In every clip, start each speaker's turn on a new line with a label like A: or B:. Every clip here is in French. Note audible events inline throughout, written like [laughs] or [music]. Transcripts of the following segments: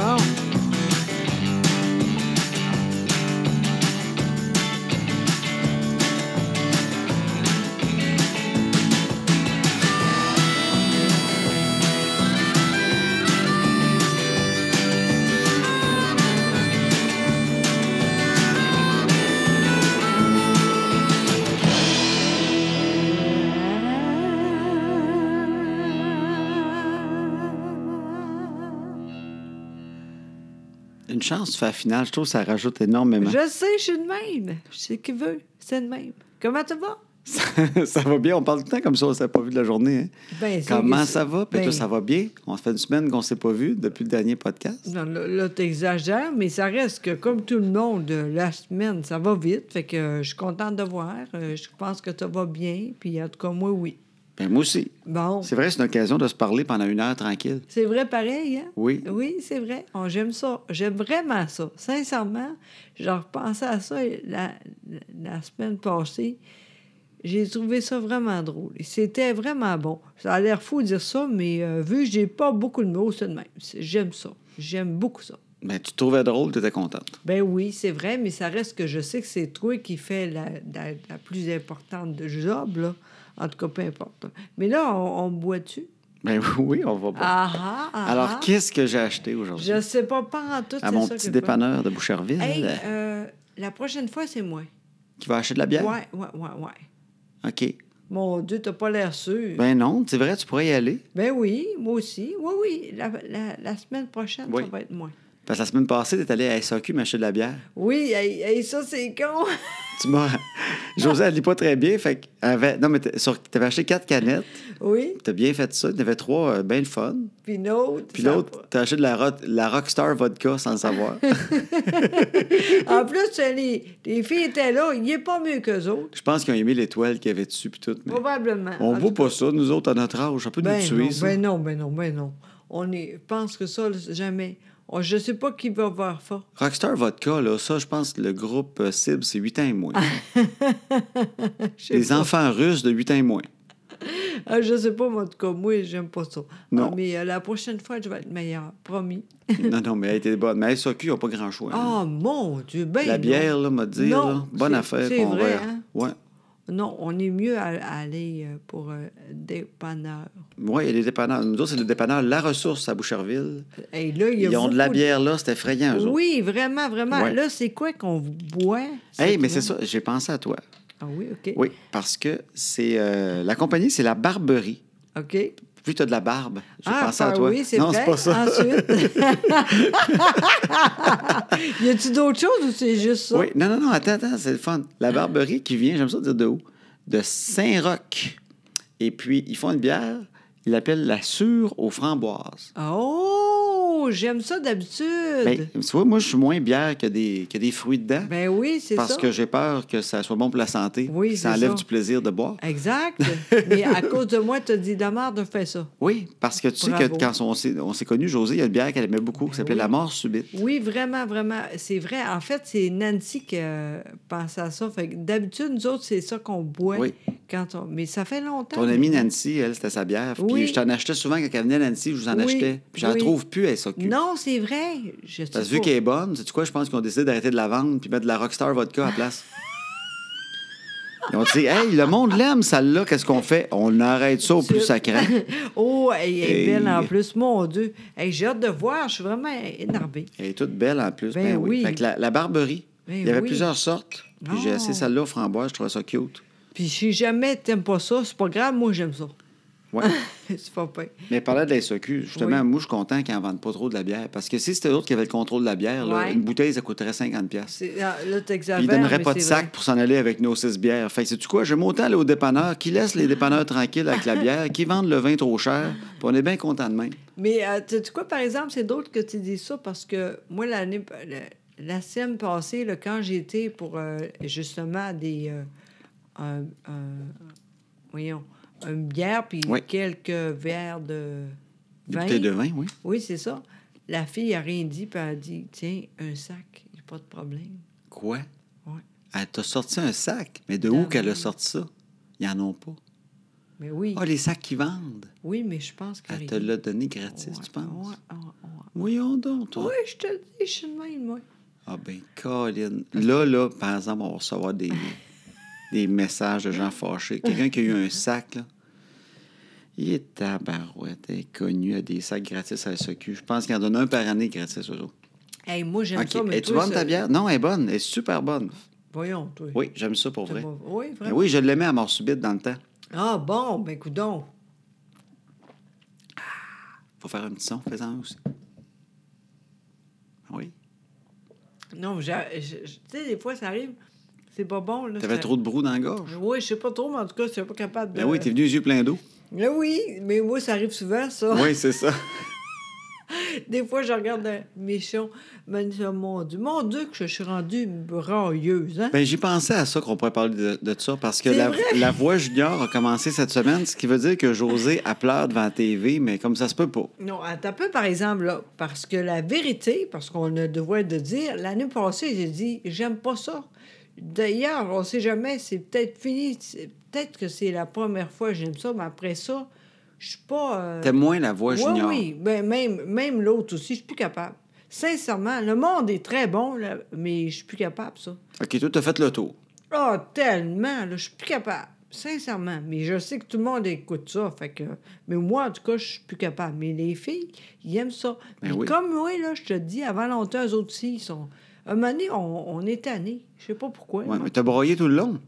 A: Ah.
B: une chance, tu fais la finale. Je trouve que ça rajoute énormément.
A: Je sais, je suis de même. Je sais qui veut. C'est de même. Comment tu vas?
B: [laughs] Ça, ça va bien. On parle tout le temps comme ça, on ne s'est pas vu de la journée. hein.
A: Ben, c'est-
B: Comment ça va? Puis
A: ben,
B: toi, ça va bien? On se fait une semaine qu'on ne s'est pas vu depuis le dernier podcast.
A: Non, là, là, t'exagères, mais ça reste que, comme tout le monde, euh, la semaine, ça va vite. Fait que euh, je suis contente de voir. Euh, je pense que ça va bien. Puis, en tout cas, moi, oui.
B: Ben, moi aussi.
A: Bon.
B: C'est vrai, c'est une occasion de se parler pendant une heure tranquille.
A: C'est vrai pareil, hein?
B: Oui.
A: Oui, c'est vrai. On- J'aime ça. J'aime vraiment ça. Sincèrement, je repensais à ça la, la- la semaine passée. J'ai trouvé ça vraiment drôle. Et C'était vraiment bon. Ça a l'air fou de dire ça, mais euh, vu que j'ai pas beaucoup de mots, c'est de même. C'est- J'aime ça. J'aime beaucoup ça.
B: Ben, tu te trouvais drôle, tu étais contente.
A: Ben oui, c'est vrai, mais ça reste que je sais que c'est toi qui fais la, la- la plus importante de job, là. En tout cas, peu importe. Mais là, on, on boit-tu?
B: Ben [laughs] oui, on va pas.
A: Ah ah, ah
B: Alors,
A: ah.
B: qu'est-ce que j'ai acheté aujourd'hui?
A: Je sais pas, pas en tout.
B: À
A: c'est
B: mon
A: ça
B: petit
A: que je pense.
B: dépanneur de Boucherville,
A: Hey,
B: euh,
A: euh, la prochaine fois, c'est moi.
B: qui va acheter de la bière?
A: Ouais, ouais, ouais, ouais.
B: OK.
A: Mon Dieu, t'as pas l'air sûr. Ben,
B: Ben non, c'est vrai, tu pourrais y aller.
A: oui, moi aussi. Oui, oui, la, la- la semaine prochaine,
B: Oui.
A: ça va être moi.
B: Parce que la semaine passée, tu es allé à SAQ m'acheter de la bière.
A: Oui, hey, hey, ça, c'est con. [laughs]
B: Tu m'as. [laughs] José, elle lit pas très bien. Fait qu'elle avait... Non, mais t'es- sur... t'avais acheté quatre canettes.
A: oui,
B: T'as bien fait ça. T'avais trois, euh, bien le fun.
A: puis l'autre.
B: Puis
A: ça
B: l'autre, t'as acheté de la, ro- la Rockstar Vodka sans le savoir.
A: [laughs] En plus, c'est les, les filles étaient là, il est pas mieux qu'eux autres,
B: Je pense qu'ils ont aimé l'étoile qu'il y avait dessus, puis tout. Mais...
A: probablement.
B: On
A: En
B: boit
A: tout
B: pas ça, nous autres, à notre âge. On peut
A: Ben
B: nous tuer,
A: non,
B: ça.
A: ben non, ben non, ben non. On est, je pense que ça, là, jamais. On- je sais pas qui va voir ça.
B: Rockstar Vodka, là, ça, je pense que le groupe euh, cible, c'est 8 ans et moins.
A: [laughs] Ah, Je sais
B: Les
A: pas.
B: enfants russes de 8 ans et
A: [laughs]
B: moins.
A: Ah, je sais pas, moi, en tout cas, moi, j'aime pas ça.
B: Non.
A: Ah, mais euh, la prochaine fois, je vais être meilleure, promis.
B: non, non, mais elle était bonne. Mais SAQ, ils n'ont pas grand-choix. hein.
A: Ah, mon Dieu, ben
B: la
A: non.
B: bière, là, m'a dit,
A: Non,
B: là, bonne
A: c'est-
B: affaire
A: c'est
B: qu'on
A: vrai,
B: verra.
A: hein?
B: Ouais.
A: Non, on est mieux à, à aller euh, pour euh, dépanneur.
B: Oui, il y a des dépanneurs. Nous autres, c'est le dépanneur La Ressource à Boucherville.
A: Hey, là, il y a
B: Ils ont de la
A: beaucoup
B: bière là, c'est effrayant, eux autres.
A: Oui, vraiment, vraiment.
B: Ouais.
A: Là, c'est quoi qu'on boit?
B: Hey,
A: cette
B: mais c'est
A: fois?
B: ça, j'ai pensé à toi.
A: Ah oui, OK.
B: Oui, parce que c'est euh, la compagnie, c'est la Barberie.
A: OK.
B: Vu que tu as de la barbe, j'ai
A: ah,
B: pensé à
A: ben
B: toi.
A: oui, c'est
B: non,
A: vrai. hein,
B: c'est pas ça. [laughs]
A: Ensuite. y a-tu d'autres choses ou c'est juste ça?
B: Oui, non, non, non, attends, attends, c'est le fun. La Barberie qui vient, j'aime ça dire de où? De Saint-Roch. Et puis, ils font une bière, ils l'appellent la Sure aux framboises.
A: Oh, j'aime ça d'habitude.
B: Ben,
A: Ben,
B: tu vois, moi, je suis moins bière que des, que des fruits dedans.
A: oui, Ben, c'est ça.
B: parce que j'ai peur que ça soit bon pour la santé.
A: Oui,
B: puis ça
A: c'est
B: enlève
A: ça.
B: du plaisir de boire.
A: Exact. Mais
B: [laughs]
A: à cause de moi, tu as dit Damar de faire ça.
B: Oui, parce que tu sais que
A: Bravo.
B: quand on s'est, on s'est connus, José, il y a une bière qu'elle aimait beaucoup qui s'appelait
A: Ben oui.
B: La mort subite.
A: Oui, vraiment, vraiment. C'est vrai. En fait, c'est Nancy qui euh, pense à ça. Fait que d'habitude, nous autres, c'est ça qu'on boit
B: Oui.
A: quand on. Mais ça fait longtemps.
B: Ton amie Nancy, elle, c'était sa bière. Puis
A: Oui.
B: je t'en achetais souvent quand elle venait, Nancy, je vous en
A: Oui,
B: achetais. Puis j'en
A: oui.
B: trouve plus à SOQ.
A: Non, c'est vrai. Je sais
B: Parce que vu
A: pas.
B: qu'elle est bonne, sais-tu quoi, je pense qu'on décide d'arrêter de la vendre puis mettre de la Rockstar Vodka à la
A: [laughs]
B: place. Ils ont dit, hey, le monde l'aime, celle-là, qu'est-ce qu'on fait? On arrête ça au
A: [laughs]
B: plus sacré.
A: Oh, elle est
B: Hey.
A: belle en plus, mon Dieu. Hey, J'ai hâte de voir. Je suis vraiment énervée.
B: Elle est toute belle en plus.
A: Ben oui.
B: Fait que la, la barberie,
A: Ben
B: il y avait
A: oui.
B: plusieurs sortes. Puis j'ai
A: Oh.
B: essayé celle-là au framboise, je trouvais ça cute.
A: Puis si jamais t'aimes pas ça, c'est pas grave. Moi, j'aime ça. [laughs]
B: Ouais.
A: c'est pas pire.
B: Mais parlant de la SAQ, justement,
A: Oui.
B: moi, je suis content qu'ils n'en vendent pas trop de la bière. Parce que si c'était d'autres qui avaient le contrôle de la bière, là,
A: Ouais.
B: une bouteille, ça coûterait 50$. piastres.
A: C'est- ah, Là, t'exagères.
B: Puis ils donneraient
A: mais
B: pas de
A: c'est
B: sac
A: vrai.
B: pour s'en aller avec nos six bières. Fait que sais-tu quoi? J'aime autant aller aux dépanneurs qui laissent les dépanneurs
A: [laughs]
B: tranquilles avec la bière, qui vendent le vin trop cher. Puis on est bien content de même.
A: Mais euh, tu sais quoi, par exemple, c'est d'autres que tu dis ça parce que moi, l'année la- la semaine passée, là, quand j'étais pour euh, justement des. euh, un- un- voyons, une bière puis
B: Oui.
A: quelques verres de
B: Des
A: vin.
B: bouteilles de vin, oui.
A: Oui, c'est ça. La fille a rien dit, puis elle a dit Tiens, un sac, il n'y a pas de problème.
B: Quoi?
A: Ouais.
B: Elle t'a sorti un sac. Mais de
A: Dans
B: où
A: le
B: qu'elle a
A: vin.
B: sorti ça? Ils en ont pas.
A: Mais oui,
B: Ah, les sacs qu'ils vendent.
A: oui, mais je pense que.
B: Elle te l'a donné gratis, tu penses? Voyons donc, toi.
A: Oui, je te le dis, je suis de même, moi.
B: Ah ben, Colin. Là, là, par exemple, on va
A: [laughs]
B: recevoir des, des messages de gens fâchés. Quelqu'un qui a eu un sac, là. Il est tabarouette, est connu à des sacs gratis à la SQ. Je pense qu'il en donne un par année gratis aux autres.
A: Hey, moi, j'aime
B: Ok.
A: ça, mais.
B: Es-tu
A: toi,
B: bonne
A: ça-
B: ta bière? Non, elle est bonne. Elle est super bonne.
A: Voyons, toi.
B: Oui, j'aime ça pour
A: C'est
B: vrai.
A: pas- Oui,
B: Mais
A: vraiment.
B: oui, je l'aimais à mort subite dans le temps.
A: Ah bon, ben coudon.
B: Faut faire un petit son, fais-en aussi. Oui.
A: Non, mais j'ai- j'ai- tu sais, des fois, ça arrive, c'est pas bon. là,
B: T'avais
A: ça-
B: trop de brou dans la gorge.
A: Oui, je sais pas trop, mais en tout cas, je suis pas capable de.
B: Ben oui, t'es venu les yeux pleins d'eau.
A: Mais oui, mais moi, ça arrive souvent, ça.
B: Oui, c'est ça.
A: Des fois, je regarde ben, euh, mes chats, mais je dis, Ah, mon Dieu, mon Dieu, que je suis rendue brailleuse, hein?
B: Ben, j'ai pensé à ça qu'on pourrait parler de, de ça parce que
A: C'est
B: la,
A: vrai.
B: la voix junior a commencé cette semaine, ce qui veut dire que José a pleuré devant la TV, mais comme ça se peut pas.
A: Non, attends un peu, par exemple, là, parce que la vérité, parce qu'on a le devoir de dire, l'année passée, j'ai dit, j'aime pas ça. D'ailleurs, on sait jamais, c'est peut-être fini, c'est- peut-être que c'est la première fois que j'aime ça, mais après ça, je suis pas... euh,
B: T'aimes moins la voix
A: Oui,
B: junior.
A: oui. Ben, même même l'autre aussi, je suis plus capable. Sincèrement, le monde est très bon, là, mais je suis plus capable, ça.
B: OK, toi, t'as fait le tour.
A: Ah, tellement, là, je suis plus capable. Sincèrement. Mais je sais que tout le monde écoute ça. Fait que... Mais moi, en tout cas, je suis plus capable. Mais les filles, ils aiment ça.
B: Ben
A: Puis
B: oui.
A: Comme moi, là, je te dis, avant longtemps, eux autres aussi, ils sont. Un moment donné, on, on est tannés. Je sais pas pourquoi.
B: Ouais,
A: moi.
B: mais t'as broyé tout le long.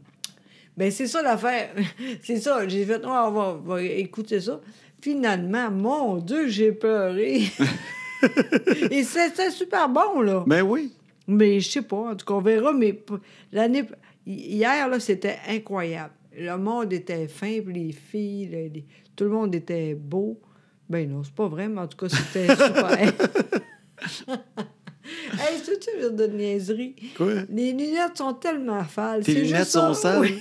A: Ben, c'est ça l'affaire. [laughs] c'est ça. J'ai fait, Ouais, on va, on va écouter ça. Finalement, mon Dieu, j'ai
B: [laughs]
A: pleuré. Et c'était super bon, là.
B: Ben oui.
A: Mais je sais pas. En tout cas, on verra. Mais p- l'année. hi- Hier, là, c'était incroyable. Le monde était fin, puis les filles, le- les- tout le monde était beau. Ben non, c'est pas vrai, mais en tout cas,
B: [laughs]
A: c'était super. [laughs] hey, c'est tu veux de niaiserie?
B: Quoi?
A: Les lunettes sont tellement fales.
B: Tes
A: c'est
B: lunettes
A: juste
B: sont
A: ça.
B: sales?
A: Oui.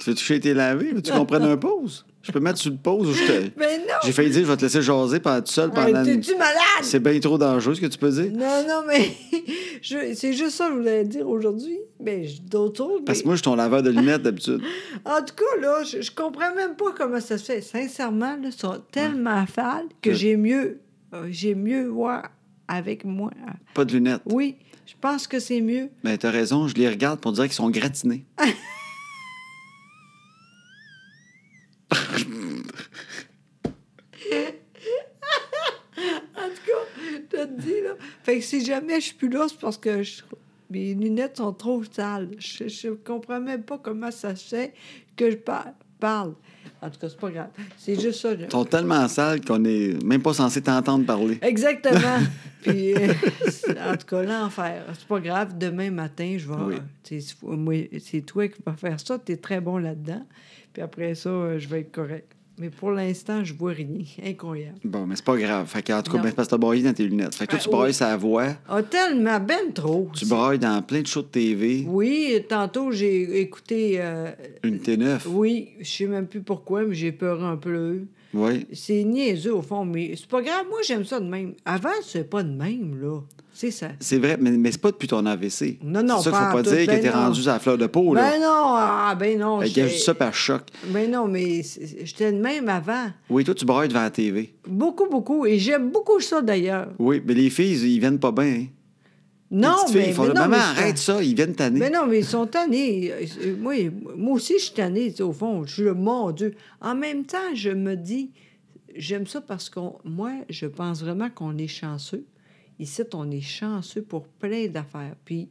B: Tu veux toucher tes lavé? Veux-tu qu'on prenne un pause? Je peux mettre sur le pause ou je te.
A: Mais Ben non!
B: J'ai failli dire, je vais te laisser jaser pendant tout seul
A: Hey,
B: pendant. une-
A: T'es-tu malade?
B: C'est bien trop dangereux ce que tu peux dire.
A: Non, non, mais [laughs] je- c'est juste ça que je voulais dire aujourd'hui. Ben, je- d'autres choses, mais-
B: Parce que moi, je suis ton laveur de lunettes d'habitude.
A: En tout cas, là, je, je comprends même pas comment ça se fait. Sincèrement, là, ils sont tellement fades que
B: Je-
A: j'ai mieux, euh, j'ai mieux voir avec moi.
B: Pas de lunettes.
A: Oui, je pense que c'est mieux.
B: Ben, t'as raison, je les regarde pour dire qu'ils sont gratinés.
A: En tout cas, je te dis, là. Fait que si jamais je suis plus là, c'est parce que je- mes lunettes sont trop sales. Je, je comprends même pas comment ça se fait que je par- parle. En tout cas, c'est pas grave. C'est juste ça. là.
B: Ils sont tellement sales qu'on est même pas censé t'entendre parler.
A: Exactement.
B: [laughs]
A: Puis, euh, c'est- en tout cas, l'enfer. C'est pas grave. Demain matin, je vais.
B: Oui.
A: tu sais, c'est- moi, C'est toi qui vas faire ça. Tu es très bon là-dedans. Puis après ça, euh, je vais être correct. Mais pour l'instant, je vois rien. Incroyable.
B: Bon, mais c'est pas grave. Fait que, en tout cas,
A: Non.
B: ben, c'est parce que t'as broyé dans tes lunettes. Fait que toi,
A: Ah,
B: tu broyes
A: oui.
B: sa voix,
A: Ah, tellement ben trop.
B: tu broyes dans plein de shows de TV,
A: Oui, tantôt, j'ai écouté. euh,
B: une T9. Oui.
A: oui, je sais même plus pourquoi, mais j'ai peur un peu. C'est niaiseux au fond, mais c'est pas grave. Moi, j'aime ça de même. Avant, c'est pas de même, là. C'est ça.
B: C'est vrai, mais, mais c'est pas depuis ton AVC.
A: Non, non,
B: C'est ça qu'il
A: pas
B: faut
A: en
B: pas
A: tout,
B: dire
A: ben
B: que t'es
A: non.
B: rendu à la fleur de peau, là.
A: Ben non, ah, ben non.
B: Fait que
A: j'ai-
B: je dis ça par choc.
A: Ben non, mais c'est- j'étais de même avant.
B: Oui, toi, tu broyes devant la TV.
A: Beaucoup, beaucoup. Et j'aime beaucoup ça, d'ailleurs.
B: Oui, mais les filles, ils viennent pas bien. hein. Les
A: Non,
B: petites filles,
A: mais,
B: ils font
A: mais
B: le
A: non,
B: maman,
A: mais je-
B: arrête ça, ils viennent tanner.
A: Mais non, mais ils sont tannés. Euh, Moi, moi aussi, je suis tannée, tu sais, au fond. Je suis le mon Dieu. En même temps, je me dis, j'aime ça parce que moi, je pense vraiment qu'on est chanceux. Ici, on est chanceux pour plein d'affaires. Puis,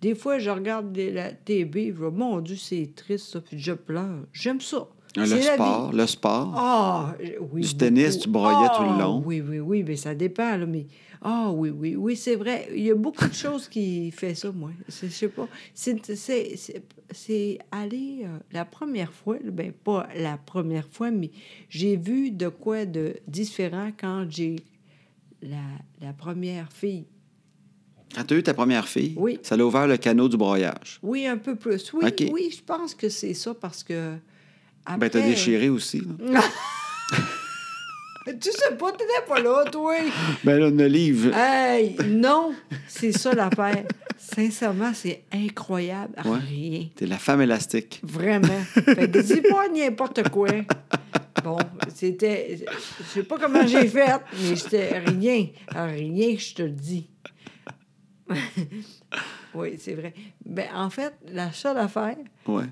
A: des fois, je regarde les- la TB, je vois, mon Dieu, c'est triste, ça, puis je pleure. J'aime ça.
B: Euh, Le
A: C'est la vie.
B: sport, le sport.
A: Ah, je- oui.
B: Du tennis, tu broyais tout le
A: Ah,
B: long.
A: Oui, oui, oui, mais ça dépend, là, mais... Ah, oui, oui, oui, c'est vrai. Il y a beaucoup de choses qui fait ça, moi. C'est- Je sais pas. C'est- C'est c'est- c'est aller... euh, la première fois, là, ben pas la première fois, mais j'ai vu de quoi de différent quand j'ai la, la première fille.
B: Quand tu as Ah, eu ta première fille,
A: Oui.
B: ça l'a ouvert le canot du broyage.
A: Oui, un peu plus. Oui,
B: OK.
A: oui, je pense que c'est ça, parce que...
B: Ben, t'as
A: après-
B: déchiré aussi. là.
A: [laughs] Tu sais pas, t'étais pas là, toi!
B: Ben, là, une olive.
A: Ah. Hey, non, c'est ça l'affaire. Sincèrement, c'est incroyable.
B: Ouais.
A: Rien.
B: T'es la femme élastique.
A: Vraiment. Fait que dis pas n'importe quoi. Bon, c'était. Je sais pas comment j'ai fait, mais c'était rien. Rien, je te le dis. [laughs] oui, c'est vrai. Ben, en fait, la seule affaire,
B: Ouais.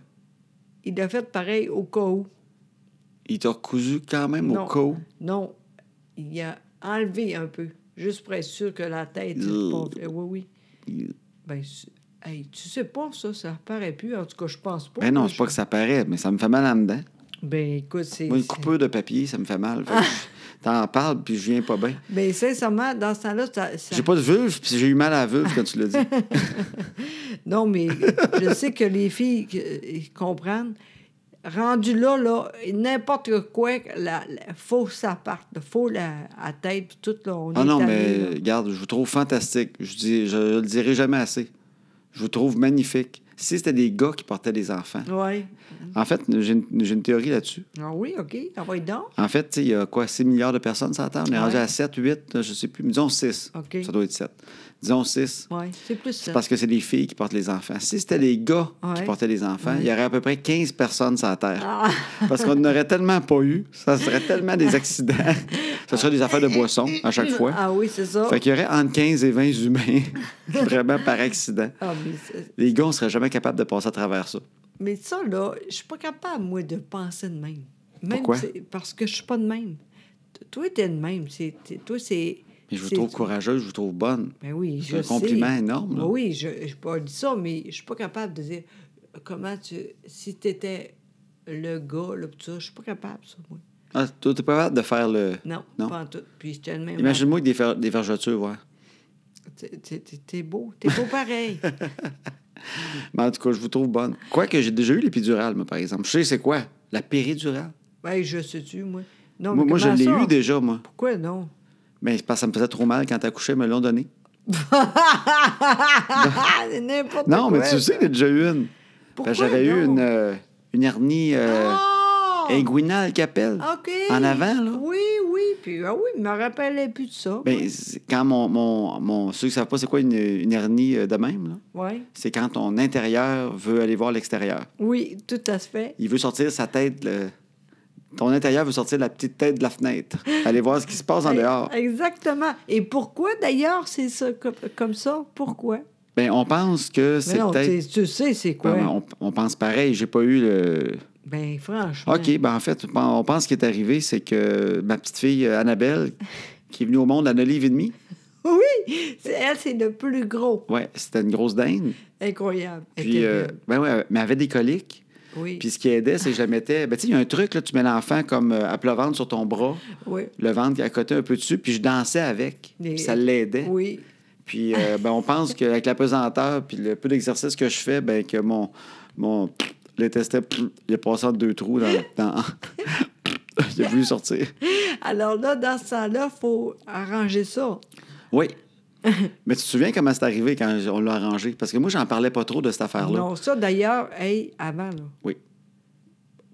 A: il a fait pareil au cas où.
B: Il t'a recousu quand même
A: Non.
B: au cou.
A: Non, il a enlevé un peu, juste pour être sûr que la tête.
B: Ugh.
A: Oui, oui. Ben, c- hey, tu sais pas, ça, ça paraît plus. En tout cas, je pense pas.
B: Ben non,
A: Moi,
B: c'est pas
A: je-
B: que ça paraît, mais ça me fait mal en dedans.
A: Ben, écoute, c'est.
B: Moi, une
A: c'est- Ah.
B: coupure de papier, ça me fait mal. Fait que je- T'en parles, puis je viens pas bien.
A: Mais ben, sincèrement, dans ce temps-là, ça- ça-
B: J'ai pas de vulve, puis j'ai eu mal à la vulve quand tu l'as dit.
A: non, mais je sais que les filles euh, ils comprennent. Rendu là, là, n'importe quoi, la, la- faut que ça parte, là, faut la, à tête, puis tout, là, on
B: Ah
A: est [laughs]
B: non,
A: tanné,
B: mais
A: là.
B: regarde, je vous trouve fantastique. Je, dis, je, je le dirai jamais assez. Je vous trouve magnifique. Si c'était des gars qui portaient des enfants.
A: Ouais.
B: En fait, j'ai une, j'ai une théorie là-dessus.
A: Ah oui, OK, ça va être donc.
B: En fait, tu sais, il y a quoi, 6 milliards de personnes sur la Terre? On est
A: Ouais.
B: rendu à 7, 8, je sais plus. Disons 6.
A: OK.
B: Ça doit être 7. Disons 6.
A: Oui, c'est plus ça.
B: Parce que c'est les filles qui portent les enfants. Si c'était les gars qui
A: Ouais.
B: portaient les enfants,
A: Ouais.
B: il y aurait à peu près 15 personnes sur la Terre.
A: Ah.
B: Parce qu'on n'aurait tellement pas eu. Ça serait tellement des accidents. ça serait des affaires de boissons à chaque fois.
A: Ah oui, c'est ça.
B: Fait qu'il y aurait entre 15 et 20 humains, [laughs] vraiment par accident.
A: Ah, mais, c'est-
B: Les gars, on serait jamais capable de passer à travers ça.
A: mais ça, là, je suis pas capable, moi, de penser de même. même
B: Pourquoi?
A: c'est- Parce que je suis pas de même. T- Toi, t'es de même. C'est- t'es- Toi, c'est...
B: Mais je vous
A: c'est-
B: trouve courageuse, je vous trouve bonne.
A: Ben oui,
B: C'est
A: je
B: un
A: sais. Ben
B: compliment énorme, là.
A: Oui, je, je pas dit ça, mais je suis pas capable de dire euh, comment tu... Si t'étais le gars, là, pis tout ça, je suis pas capable, ça, moi.
B: Ah, toi, t'es pas capable de faire le.
A: Non,
B: Non.
A: pas en tout. Puis j'étais le même. Hein,
B: Imagine-moi avec des, fer- des vergetures, ouais.
A: T'es- t'es- T'es t'es beau. T'es beau
B: [laughs]
A: pareil.
B: Mais en tout cas, je vous trouve bonne. Quoique, j'ai déjà eu l'épidurale, moi, par exemple. Je sais c'est quoi? La péridurale.
A: ben, je sais-tu, moi. Non,
B: Moi,
A: mais
B: moi, je
A: comment
B: l'ai
A: ça?
B: eu déjà, moi.
A: Pourquoi
B: [laughs]
A: non? [laughs]
B: Mais c'est parce que ça me faisait trop mal quand t'accouchais, ils me l'ont donné.
A: C'est N'importe quoi.
B: Non, mais tu sais, j'ai déjà eu une. Parce
A: Pourquoi
B: que J'avais eu
A: non?
B: une, euh, une hernie euh,
A: Ah!
B: inguinale qu'appelle.
A: OK.
B: En avant, là.
A: Oui, oui. Puis, ah oui, je me rappelais plus de ça.
B: Ben, c'est- quand mon, mon, mon- Ceux qui savent pas c'est quoi une, une hernie euh, de même, là,
A: ouais.
B: c'est quand ton intérieur veut aller voir l'extérieur.
A: Oui, tout à fait.
B: Il veut sortir sa tête. le- Ton intérieur veut sortir la petite tête de
A: [laughs]
B: la fenêtre. Aller voir ce qui se passe en dehors.
A: Eh, Exactement. Et pourquoi, d'ailleurs, c'est ça, comme, comme ça? Pourquoi?
B: Ben, on pense que
A: Mais
B: c'est
A: non,
B: peut-être.
A: tu- tu sais, c'est quoi?
B: Ben, on, on pense pareil. J'ai pas eu le.
A: Ben, franchement.
B: OK, ben en fait, on pense ce qui est arrivé, c'est que ma petite fille, euh, Annabelle, qui est venue au monde à 9 livres et demi,
A: Oui, c'est- elle, c'est le plus gros.
B: ouais, c'était une grosse dinde.
A: Incroyable. Elle
B: Puis,
A: était
B: euh,
A: belle.
B: ben ouais, mais elle avait des coliques.
A: oui.
B: Puis ce qui aidait, c'est que je la mettais. Ben, tu sais, il y a un truc, là, tu mets l'enfant comme euh, à plat ventre sur ton bras,
A: oui.
B: le ventre à côté un peu dessus, puis je dansais avec.
A: Et-
B: Puis ça l'aidait.
A: Oui.
B: Puis euh, ben, on pense qu'avec la pesanteur, puis le peu d'exercice que je fais, ben, que mon. mon le testait, il est passé entre deux trous dans. dans- [laughs] il a voulu sortir.
A: Alors là, dans ce temps-là, il faut arranger ça.
B: Oui. Mais tu te souviens comment c'est arrivé quand on l'a arrangé? Parce que moi, j'en parlais pas trop de cette affaire-là.
A: Non, ça d'ailleurs, hey, avant, là.
B: Oui.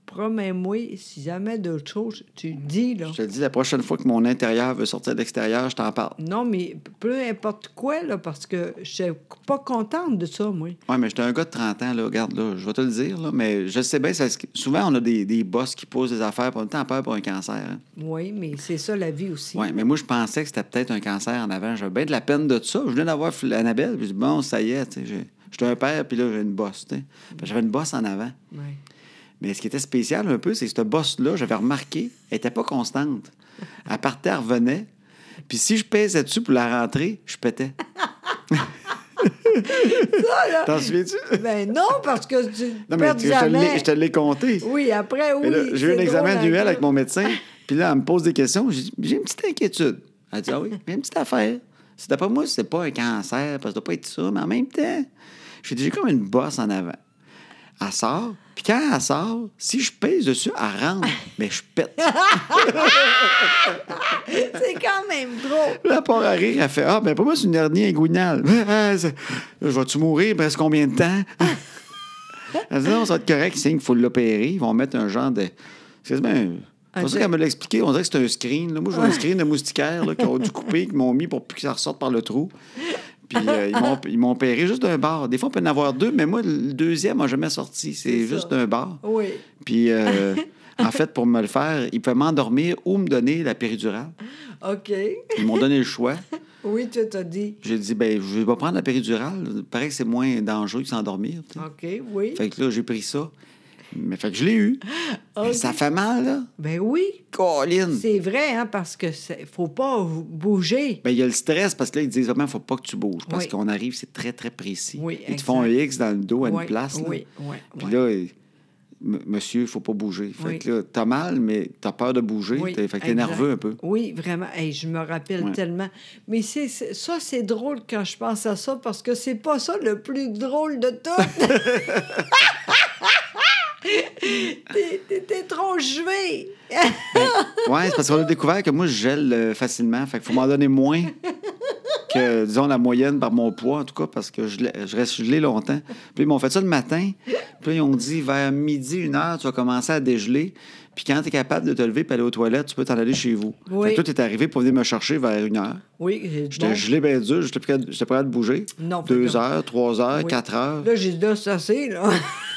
A: Promets-moi, si jamais d'autres choses, tu dis, là.
B: Je te le dis, la prochaine fois que mon intérieur veut sortir de l'extérieur, je t'en parle.
A: Non, mais peu importe quoi, là, parce que je suis pas contente de ça, moi.
B: Oui, mais j'étais un gars de 30 ans, là, regarde, là, je vais te le dire, là, mais je sais bien, ça se- souvent on a des, des boss qui posent des affaires, pour on a tant peur pour un cancer. hein.
A: Oui, mais c'est ça la vie aussi.
B: Ouais, mais moi, je pensais que c'était peut-être un cancer en avant. J'avais bien de la peine de ça. Je venais d'avoir Fl- Annabelle, puis je dis, bon, ça y est, tu sais, j'ai- j'étais un père, puis là, j'ai une bosse, tu sais. Fait que J'avais une bosse en avant.
A: Ouais.
B: Mais ce qui était spécial un peu, c'est que cette bosse-là, j'avais remarqué, elle n'était pas constante. Elle partait, elle revenait. Puis si je pèsais dessus pour la rentrer,
A: [laughs]
B: je pétais. T'en souviens-tu?
A: Ben non, parce que tu
B: Non, mais
A: perds
B: tu- je te l'ai-
A: jamais.
B: je te l'ai compté.
A: Oui, après, oui.
B: Mais là, j'ai eu un
A: c'est
B: examen
A: drôle,
B: annuel
A: hein, [laughs]
B: avec mon médecin, puis là, elle me pose des questions. J'ai dit, j'ai une petite inquiétude. Elle dit, ah oui, j'ai une petite affaire. C'est d'après moi, c'est pas un cancer, parce que ça doit pas être ça, mais en même temps, j'ai dit, j'ai comme une bosse en avant. Elle sort, puis quand elle sort, si je pèse dessus, elle rentre, mais je pète.
A: C'est quand même drôle.
B: La part à rire, elle fait Ah, ben pour moi, c'est une hernie inguinale. [laughs] Ah, c'est- Je vais-tu mourir presque combien de temps? [laughs] elle dit Non, ça va être correct, c'est qu'il faut l'opérer. Ils vont mettre un genre de. C'est bien. C'est
A: Un
B: pour ça
A: peu-
B: qu'elle me l'a expliqué. On dirait que c'est un screen. là. Moi, j'ai un screen de moustiquaires là, qu'ils ont dû couper, qu'ils m'ont mis pour que ça ressorte par le trou. Puis euh, ils m'ont- ils m'ont opéré juste d'un bord. Des fois, on peut en avoir deux, mais moi, le deuxième n'a jamais sorti. C'est
A: C'est
B: juste
A: ça.
B: d'un bord.
A: Oui.
B: Puis,
A: [laughs]
B: euh, en fait, pour me le faire, ils pouvaient m'endormir ou me donner la péridurale.
A: OK.
B: Ils m'ont donné le choix.
A: Oui, tu t'as dit.
B: J'ai dit, ben, je vais pas prendre la péridurale. Pareil que c'est moins dangereux que s'endormir. tu sais.
A: OK, oui.
B: Fait que là, j'ai pris ça. Mais fait que je l'ai eu. Mais
A: Ah, Ok.
B: ça Hmm. fait mal, là.
A: Ben oui,
B: Colline!
A: c'est vrai, hein, parce que c'est- faut pas bouger.
B: Ben, il y a le stress parce que là, ils disent vraiment, faut pas que tu bouges. Parce
A: Oui.
B: qu'on arrive, c'est très, très précis.
A: Oui,
B: ils te font un
A: exact.
B: X dans le dos à
A: Oui,
B: une place. là.
A: Oui, oui.
B: Puis
A: oui.
B: là, ils- M- Monsieur, il faut pas bouger. Fait
A: Oui.
B: que là, t'as mal, mais t'as peur de bouger.
A: Oui,
B: T'es- fait que t'es
A: exact.
B: nerveux un peu.
A: Oui, vraiment. Hey, je me rappelle
B: Ouais.
A: tellement. Mais c'est, c'est- ça, c'est drôle quand je pense à ça parce que c'est pas ça le plus drôle de
B: [laughs]
A: tout. [laughs] t'es, t'es- t'es trop joué.
B: Ouais, c'est parce qu'on a découvert que moi, je gèle euh, facilement. Fait qu'il faut m'en donner moins que, disons, la moyenne par mon poids, en tout cas, parce que je, l'ai- je reste gelé longtemps. Puis ils m'ont fait ça le matin. Puis là, ils ont dit, vers midi, une heure, tu vas commencer à dégeler. Puis quand tu es capable de te lever et aller aux toilettes, tu peux t'en aller chez vous.
A: Oui.
B: Fait que toi, tu es arrivé pour venir me chercher vers une heure.
A: Oui, j'ai dit,
B: J'étais
A: bon,
B: gelé bien dur, j'étais prêt, j'étais prêt à te bouger.
A: Non, fait
B: Deux
A: que-
B: heures, trois heures,
A: Oui.
B: quatre heures.
A: Là, j'ai dit, là, ça c'est, là.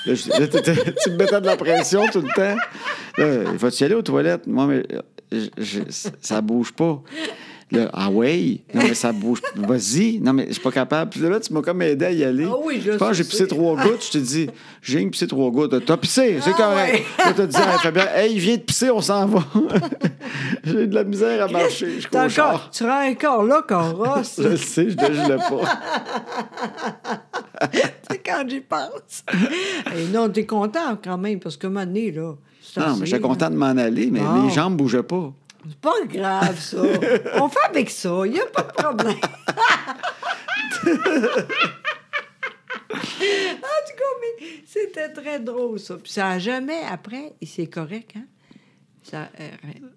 B: Là, je- là, t'étais- tu me mettais de la pression tout le temps. Là, vas-tu aller aux toilettes? Moi, mais euh, je- je- ça bouge pas. Là, ah ouais? Non, mais ça bouge pas. Vas-y. Non, mais je suis pas capable. Puis là, tu m'as comme aidé à y aller.
A: Ah oui, là,
B: je pense que j'ai
A: ça,
B: pissé
A: c'est-
B: trois gouttes. Je t'ai dit, j'ai rien que pissé trois gouttes. T'as pissé, c'est
A: Ah
B: correct.
A: ouais.
B: Là, t'as dit à Fabien, hey, viens de pisser, on s'en va. [laughs] j'ai de la misère à marcher. Je
A: T'es
B: cours
A: encore,
B: au char.
A: tu seras encore là, Coros.
B: Je le sais, je ne
A: [laughs]
B: pas.
A: C'est quand j'y
B: [laughs]
A: pense. Et non, t'es content quand même, parce que un moment donné, là, c'est
B: Non, mais
A: assez,
B: j'étais
A: là.
B: content de m'en aller, mais
A: Bon.
B: les jambes bougeaient pas.
A: C'est pas grave, ça.
B: [laughs]
A: On fait avec ça, il n'y a pas de problème. en tout cas, mais c'était très drôle, ça. Puis ça n'a jamais, après, et c'est correct, hein? Ça, euh,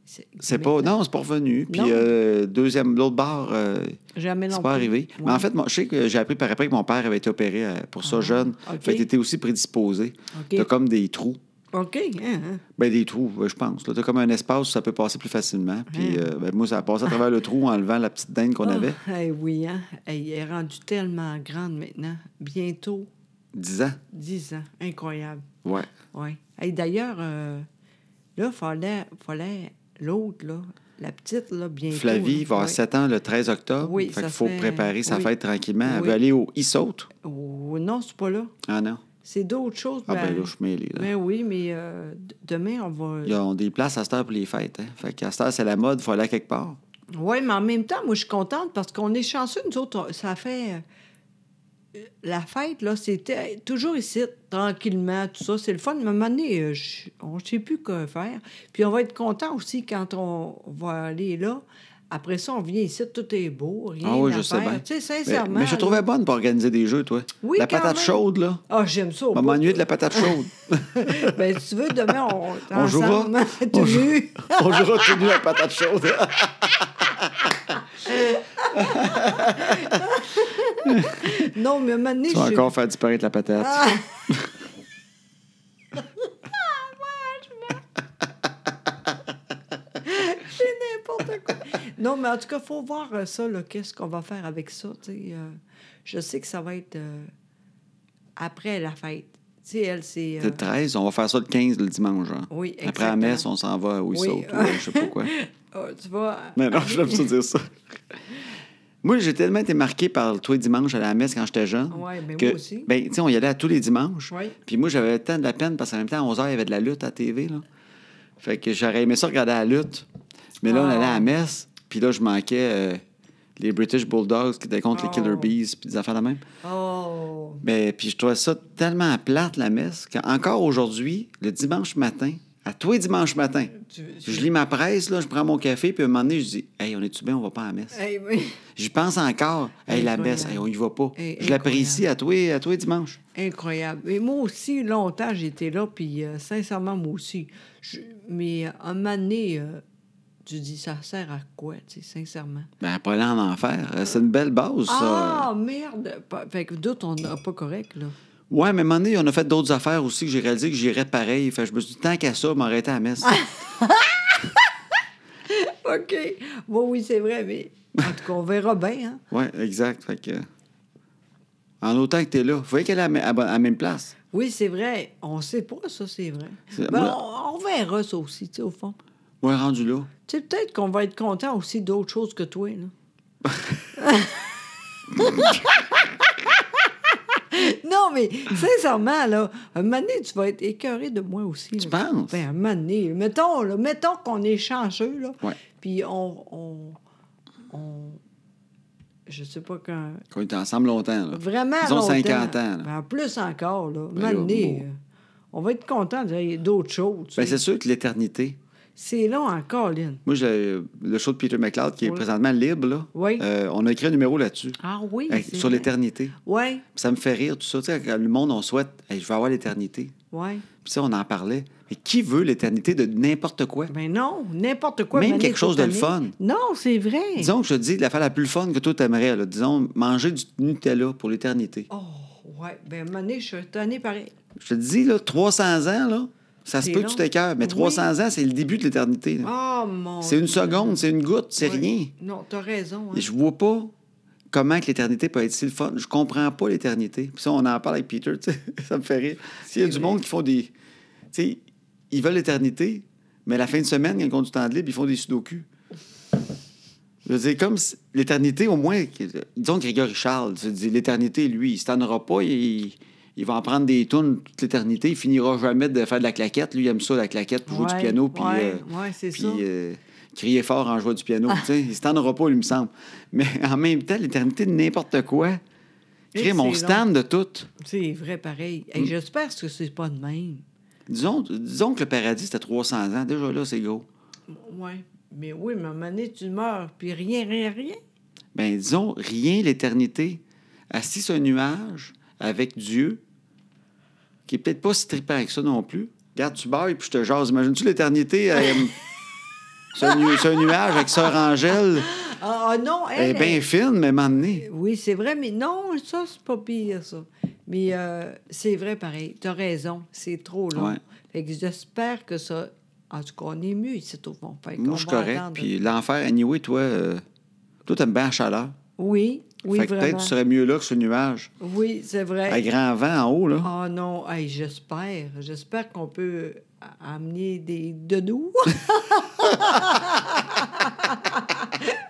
B: C'est
A: mais-
B: pas. Non, c'est pas revenu. Puis
A: Non.
B: euh, deuxième, l'autre barre, euh,
A: Jamais non
B: c'est pas
A: plus.
B: arrivé.
A: Ouais.
B: Mais en fait, moi, je sais que j'ai appris par après que mon père avait été opéré euh, pour ça
A: Ah,
B: jeune.
A: ok.
B: Fait que t'étais aussi prédisposé.
A: Ok.
B: T'as comme des trous.
A: OK. hein, hein.
B: Ben, des trous, euh, je pense. là. T'as comme un espace où ça peut passer plus facilement. Puis euh, ben, moi, ça a passé à travers le trou en enlevant la petite dinde qu'on
A: Ah,
B: avait.
A: eh oui, hein? Elle est rendue tellement grande maintenant. Bientôt
B: 10 ans.
A: 10 ans. Incroyable.
B: Ouais.
A: Oui. Et d'ailleurs, euh, là, fallait, fallait l'autre, là, la petite, là, bientôt. là.
B: Flavie va
A: Ouais.
B: avoir 7 ans le 13 octobre.
A: Oui,
B: fait
A: ça
B: qu'il faut
A: fait-
B: préparer sa
A: oui.
B: fête tranquillement. Elle
A: Oui.
B: veut aller au e-saute.
A: Oh, non, c'est pas là.
B: Ah non.
A: C'est d'autres choses.
B: Ah ben
A: mais-
B: là, je suis mêlé. là.
A: mais oui, mais euh, d- demain, on va.
B: Ils ont des places à cette heure pour les fêtes. Hein. Fait qu'à cette heure, c'est la mode, il faut aller à quelque part.
A: Oui, mais en même temps, moi, je suis contente parce qu'on est chanceux, nous autres. on- Ça fait. euh, La fête, là, c'était toujours ici, tranquillement, tout ça. C'est le fun. Mais à un moment donné, euh, je- on ne sait plus quoi faire. Puis on va être content aussi quand on va aller là. Après ça, on vient ici, tout est beau, rien
B: Ah oui, je
A: à
B: sais
A: faire.
B: bien.
A: Tu sais,
B: Mais,
A: sincèrement.
B: mais je te
A: là-
B: trouvais bonne pour organiser des jeux, toi.
A: Oui,
B: la
A: quand
B: patate
A: même.
B: chaude, là.
A: Ah, j'aime ça. au
B: On
A: bout.
B: m'ennuie de la patate chaude.
A: [laughs] Ben, si tu veux, demain, on,
B: [laughs] On jouera.
A: ensemble, [laughs] t'as
B: On jouera.
A: vu?
B: On jouera tout nu à la
A: [laughs]
B: patate chaude.
A: Non, mais à un moment donné,
B: tu vas
A: je-
B: encore faire disparaître la patate.
A: Ah! C'est n'importe quoi. [laughs] Non, mais en tout cas, faut voir euh, ça, là, qu'est-ce qu'on va faire avec ça. tu sais, euh, je sais que ça va être euh, après la fête. Tu sais, elle, c'est... euh,
B: C'est le 13, on va faire ça le 15 le dimanche. genre.
A: Oui,
B: Après la
A: exactement.
B: messe, on s'en va au
A: Oui.
B: saute. ou, euh, je sais
A: [laughs]
B: pas quoi.
A: ah, tu vois...
B: Mais non, je l'aime ça dire ça. Moi, j'ai tellement été marqué par le tous les dimanches à la messe quand j'étais jeune.
A: Ouais, ben,
B: que,
A: moi aussi.
B: Ben, tu sais, on y allait à tous les dimanches.
A: Ouais.
B: Puis moi, j'avais tant de la peine parce qu'en même temps, à 11h, il y avait de la lutte à TV. Là. Fait que j'aurais aimé ça regarder la lutte. Mais là, on
A: Ah.
B: allait à la messe. Puis là, je manquais euh, les British Bulldogs qui étaient contre
A: Ah.
B: les Killer Bees puis des affaires de même.
A: Oh...
B: Mais puis je trouvais ça tellement plate, la messe, qu'encore aujourd'hui, le dimanche matin, à tous les dimanches matin,
A: Tu- tu-
B: je lis ma presse, là, je prends mon café, puis à un moment donné, je dis Hey, on est-tu bien, on va pas à la messe.
A: Eh oui.
B: J'y pense encore. Hey, la
A: Incroyable.
B: messe, hey, on y va pas.
A: Eh,
B: je l'apprécie à tous les à tous les dimanches.
A: [laughs] Incroyable. Et moi aussi, longtemps, j'étais là, puis euh, sincèrement, moi aussi. Je- mais euh, un moment donné, euh, tu dis, ça sert à quoi, tu sais, sincèrement?
B: Ben, pas aller en enfer. Euh, C'est une belle base, ça. euh,
A: Ah, merde! Pas- Fait que d'autres, on n'a pas correct, là.
B: Ouais, mais à un moment donné, on a fait d'autres affaires aussi que j'ai réalisé que j'irais pareil. Fait que je me suis dit, tant qu'à ça, m'arrêter à
A: [laughs]
B: la messe.
A: OK. Bon, oui, c'est vrai, mais en tout cas, on verra bien, hein?
B: ouais, exact. Fait que. euh, En autant que t'es là. Vous voyez qu'elle est à la- à la même place.
A: Oui, c'est vrai. On sait pas, ça, c'est vrai.
B: C'est-
A: Ben,
B: moi-
A: on, on verra ça aussi, tu sais, au fond.
B: Ouais, rendu là.
A: Tu sais, peut-être qu'on va être content aussi d'autres choses que toi, là.
B: [laughs]
A: non, mais sincèrement, là, un moment donné, tu vas être écœuré de moi aussi.
B: Tu
A: là.
B: penses?
A: Ben, un moment donné, mettons, là, mettons qu'on est chanceux, là.
B: Ouais.
A: Puis on, on, on- Je sais pas quand...
B: Qu'on était ensemble longtemps, là.
A: Vraiment
B: Ils ont
A: longtemps.
B: 50 ans, là.
A: Ben, en plus encore, là. Un
B: Ben
A: moment
B: là,
A: donné,
B: bon.
A: euh, on va être content de dire, il y a d'autres choses. tu
B: Ben,
A: sais.
B: c'est sûr que l'éternité.
A: c'est long encore, Lynn.
B: Moi, j'ai- le show de Peter McLeod, qui est
A: Oui.
B: présentement libre, là,
A: Oui.
B: euh, on a écrit un numéro là-dessus,
A: Ah oui.
B: Hey, sur l'éternité.
A: Oui,
B: Ça me fait rire, tout ça. Tu sais, quand le monde, on souhaite, Hey, je vais avoir l'éternité.
A: oui.
B: Puis ça, on en parlait. Mais qui veut l'éternité de n'importe quoi?
A: Ben non, n'importe quoi.
B: Même
A: Mané,
B: quelque chose de le
A: cette
B: fun.
A: année. Non, c'est vrai.
B: Disons que je te dis la faire la plus fun que toi t'aimerais, là. disons manger du Nutella pour l'éternité.
A: Oh, ouais. Ben, Mané, je suis étonnée pareil.
B: Je te dis, là, 300 ans, là, ça se
A: C'est
B: peut que
A: long.
B: tu t'écœures, mais
A: Oui.
B: 300 ans, c'est le début de l'éternité. là.
A: Oh, mon...
B: C'est une seconde, c'est une goutte, c'est
A: Ouais.
B: rien.
A: Non, t'as raison. hein.
B: Et je vois pas comment que l'éternité peut être si le fun. Je comprends pas l'éternité. Puis ça, on en parle avec Peter, [laughs] tu sais, ça me fait rire. S'il y a
A: C'est
B: du
A: vrai.
B: monde qui font des... Tu sais, ils veulent l'éternité, mais la fin de semaine, quand ils ont du temps de libre, ils font des sudoku. Je veux dire, comme si- l'éternité, au moins... que- Disons que Grégory Charles, tu dis, l'éternité, lui, il se tannera pas, il... il va en prendre des tunes toute l'éternité. Il finira jamais de faire de la claquette. Lui, il aime ça, la claquette, puis jouer du
A: Ouais,
B: piano, puis
A: ouais,
B: euh,
A: ouais, c'est
B: puis
A: ça. Ah.
B: euh, crier fort en jouant du piano. tu sais. Il se tendra pas, il me semble. Mais [laughs] en même temps, l'éternité de n'importe quoi.
A: Et
B: Crime, on
A: c'est
B: se Mm.
A: long.
B: tente de tout.
A: C'est vrai pareil. Hey, J'espère que c'est pas de même.
B: Disons, disons que le paradis, c'était 300 ans. Déjà là, c'est gros.
A: Oui. Mais oui, mais à un moment donné, tu meurs, puis rien, rien, rien.
B: Ben, disons, rien l'éternité. Assis sur un nuage avec Dieu, qui est peut-être pas si trippant que ça non plus. Regarde, tu bailles, puis je te jase. Imagines-tu l'éternité
A: [laughs]
B: euh, sur, un nu- sur un nuage avec Sœur Angèle?
A: Ah, ah non,
B: Elle est
A: elle,
B: Eh bien fine, mais m'emmener.
A: elle- Oui, c'est vrai, mais non, ça, c'est pas pire, ça. Mais euh, c'est vrai pareil. T'as raison, c'est trop long.
B: Ouais.
A: Fait que j'espère que ça... En tout cas, on est mieux ici, au fond. Fait qu'on
B: Moi, je suis
A: va
B: correct.
A: attendre.
B: Puis l'enfer, anyway, toi, euh, toi, t'aimes bien la chaleur.
A: Oui, oui,
B: fait que peut-être
A: vraiment.
B: tu serais mieux là que sur le nuage.
A: Oui, c'est vrai.
B: À grand vent en haut, là.
A: Ah non, hey, j'espère. J'espère qu'on peut a- amener des de
B: [laughs]
A: nous.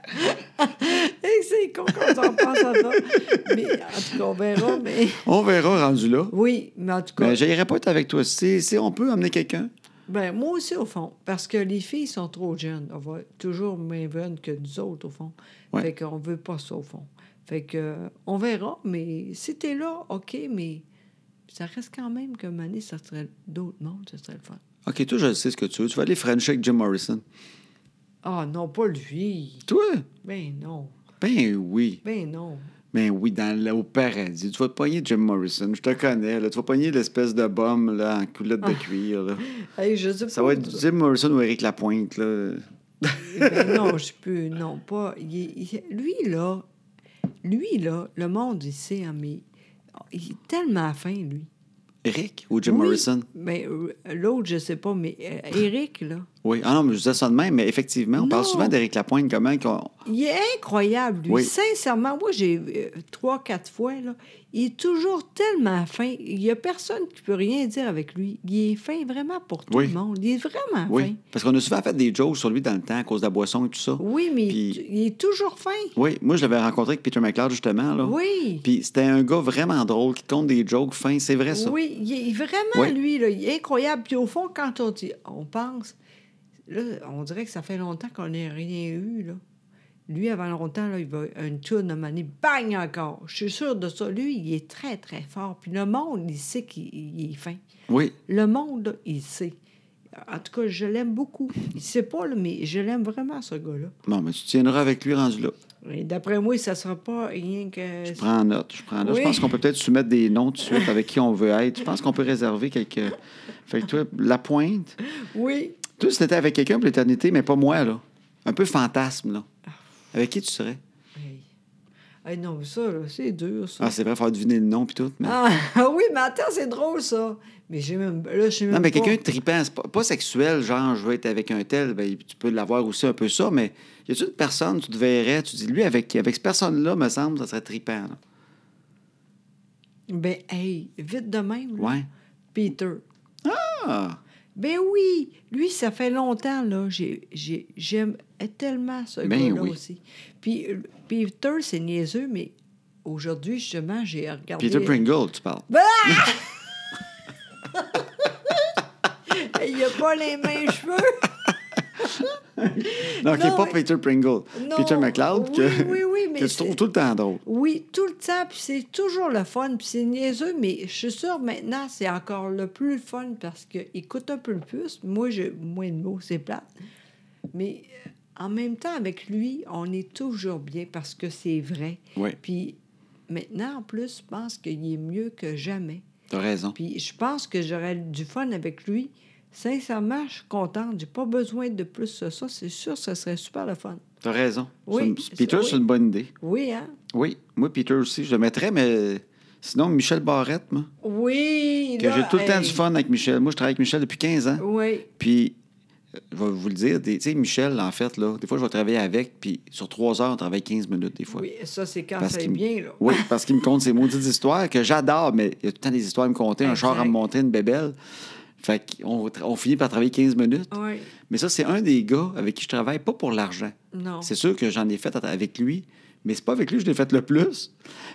A: Hey, c'est con quand on pense à ça. Mais en tout cas, on verra. Mais...
B: On verra rendu là.
A: Oui, mais en tout cas,
B: Mais j'irai pas être avec toi. Si, si on peut emmener quelqu'un.
A: ben, moi aussi, au fond, parce que les filles sont trop jeunes. On va toujours moins jeunes que nous autres, au fond.
B: Ouais.
A: Fait qu'on veut pas ça, au fond. Fait que, euh, on verra, mais si t'es là, OK, mais ça reste quand même que Mané, ça serait d'autres mondes, ce serait le fun.
B: OK, toi, je sais ce que tu veux. Tu vas aller French avec Jim Morrison.
A: Ah non, pas lui.
B: Toi?
A: Ben non.
B: Ben oui.
A: Ben non.
B: Ben oui, dans, le- au paradis. Tu vas te pogner Jim Morrison. Je te connais, là. Tu vas pogner l'espèce de bombe, là, en culotte
A: Ah.
B: de cuir, là.
A: Hey, je sais
B: Ça
A: pas.
B: va être Jim Morrison ou Eric Lapointe, là.
A: Ben non, je peux. Non, pas. il est- il est- lui, là, lui, là, le monde, il sait, hein, mais il est tellement fin, lui.
B: Eric ou Jim
A: Oui,
B: Morrison?
A: Mais euh, l'autre, je sais pas, mais euh, Eric, là,
B: Oui. Ah non, mais je disais ça de même, mais effectivement, on parle
A: Non.
B: souvent d'Éric Lapointe, comment qu'on...
A: il est incroyable, lui.
B: Oui.
A: Sincèrement, moi, j'ai euh, trois, quatre fois, là, il est toujours tellement fin. Il y a personne qui peut rien dire avec lui. Il est fin vraiment pour tout
B: Oui.
A: le monde. Il est vraiment
B: Oui.
A: fin.
B: Parce qu'on a souvent fait des jokes sur lui dans le temps à cause de la boisson et tout ça.
A: Oui, mais il-
B: Puis-
A: il est toujours fin.
B: Oui, moi, je l'avais rencontré avec Peter McLeod, justement. Là.
A: Oui.
B: Puis c'était un gars vraiment drôle qui compte des jokes fins. C'est vrai, ça.
A: Oui, il est vraiment,
B: Oui.
A: lui, là, il est incroyable. Puis au fond, quand on, dit, on pense, là, on dirait que ça fait longtemps qu'on n'a rien eu, là. Lui, avant longtemps, là, il va une tourne à un moment donné, bang encore. Je suis sûre de ça. Lui, il est très, très fort. Puis le monde, il sait qu'il il est fin.
B: Oui.
A: Le monde, là, il sait. En tout cas, je l'aime beaucoup. Il sait pas, là, mais je l'aime vraiment, ce gars-là.
B: Bon, mais tu tiendras avec lui rendu là.
A: Et D'après moi, ça sera pas rien que...
B: Je prends note. Je prends note. Je
A: Oui.
B: pense qu'on peut peut-être soumettre des noms tout de suite avec qui on veut être. Je pense qu'on peut réserver quelques. Fait que toi, la pointe.
A: Oui.
B: Toi, si t'étais avec quelqu'un pour l'éternité, mais pas moi, là. Un peu fantasme, là.
A: Ah.
B: Avec qui tu serais?
A: Hey. Hey, non, mais ça, là, c'est dur, ça.
B: Ah, c'est vrai, il faut deviner le nom puis tout. Mais...
A: Ah, [laughs] oui, mais attends, c'est drôle, ça. Mais j'ai même. Là, je sais même
B: Non, mais
A: pas.
B: quelqu'un de tripant, c'est pas, pas sexuel, genre je veux être avec un tel, ben, tu peux l'avoir aussi un peu ça, mais y a-tu une personne, tu te verrais, tu dis lui avec, avec cette personne-là, me semble, ça serait tripant. là.
A: Ben, hey, vite de même. là.
B: Ouais.
A: Peter.
B: Ah!
A: Ben oui, lui, ça fait longtemps, là. j'ai- j'ai- J'aime tellement ce
B: Ben
A: gars-là
B: oui.
A: aussi. Puis euh, Peter, c'est niaiseux, mais aujourd'hui, justement, j'ai regardé.
B: Peter
A: [laughs]
B: Pringle, tu parles.
A: Ben,
B: [laughs]
A: Il a pas les mêmes cheveux.
B: Non, qui n'est
A: Non,
B: pas
A: mais-
B: Peter Pringle.
A: Non,
B: Peter McLeod,
A: oui,
B: que,
A: oui,
B: [laughs]
A: oui, mais
B: que tu trouves
A: c'est-
B: tout le temps drôle.
A: Oui, tout le temps, puis c'est toujours le fun, puis c'est niaiseux, mais je suis sûre maintenant, c'est encore le plus fun parce qu'il coûte un peu le plus. Moi, j'ai moins de mots, c'est plate. Mais euh, en même temps, avec lui, on est toujours bien parce que c'est vrai.
B: Oui,
A: Puis maintenant, en plus, je pense qu'il est mieux que jamais.
B: t'as raison.
A: Puis je pense que j'aurais du fun avec lui. Sincèrement, je suis contente. J'ai pas besoin de plus que ça. C'est sûr, ce serait super le fun.
B: T'as raison.
A: Oui,
B: C'est une-
A: c'est-
B: Peter,
A: oui.
B: c'est une bonne idée.
A: Oui, hein?
B: Oui, moi, Peter aussi, je le mettrais, mais sinon, Michel Barrette, moi,
A: Oui!
B: que
A: là,
B: j'ai tout le temps
A: hey.
B: du fun avec Michel. Moi, je travaille avec Michel depuis 15 ans.
A: Oui.
B: Puis, euh, je vais vous le dire, des- tu sais, Michel, en fait, là, des fois, je vais travailler avec, puis sur trois heures, on travaille 15 minutes, des fois.
A: Oui, ça, c'est quand
B: Parce
A: ça est
B: qu'il me-
A: bien, là.
B: Oui, parce qu'il me conte ces maudites histoires que j'adore, mais il y a tout le temps des histoires à me conter, un char à me
A: Exact.
B: monter, une bébelle. Fait qu'on tra- on finit par travailler 15 minutes.
A: Oui.
B: Mais ça, c'est un des gars avec qui je travaille, pas pour l'argent.
A: Non.
B: C'est sûr que j'en ai fait à- avec lui, mais c'est pas avec lui que je l'ai fait le plus.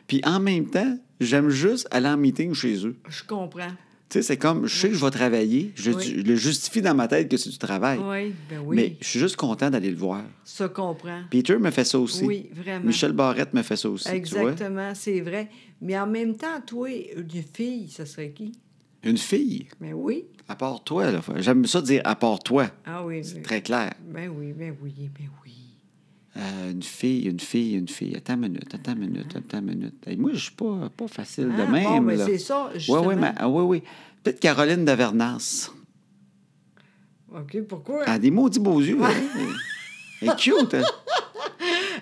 B: Puis en même temps, j'aime juste aller en meeting chez eux.
A: Je comprends.
B: Tu sais, c'est comme, je sais que je vais travailler, je,
A: Oui.
B: je le justifie dans ma tête que c'est du travail.
A: Oui, ben
B: Mais
A: oui.
B: je suis juste content d'aller le voir.
A: Ça comprend.
B: Peter me fait ça aussi.
A: Oui, vraiment.
B: Michel Barrette me fait ça aussi, tu vois.
A: Exactement, c'est vrai. Mais en même temps, toi, une fille, ça serait qui?
B: Une fille,
A: Ben oui.
B: à part toi, là. J'aime ça dire à part toi.
A: Ah oui.
B: C'est
A: ben-
B: très clair.
A: Ben oui, ben oui, ben oui.
B: Euh, une fille, une fille, une fille. Attends une minute, attends une minute, attends une minute. Hey, moi, je suis pas, pas facile
A: Ah,
B: de même.
A: bon, ben
B: là.
A: c'est ça,
B: Oui,
A: justement.
B: oui, mais, ah, oui, oui. Peut-être Caroline Davernas.
A: OK, pourquoi?
B: Elle a des maudits beaux yeux. hein. Elle est cute. hein.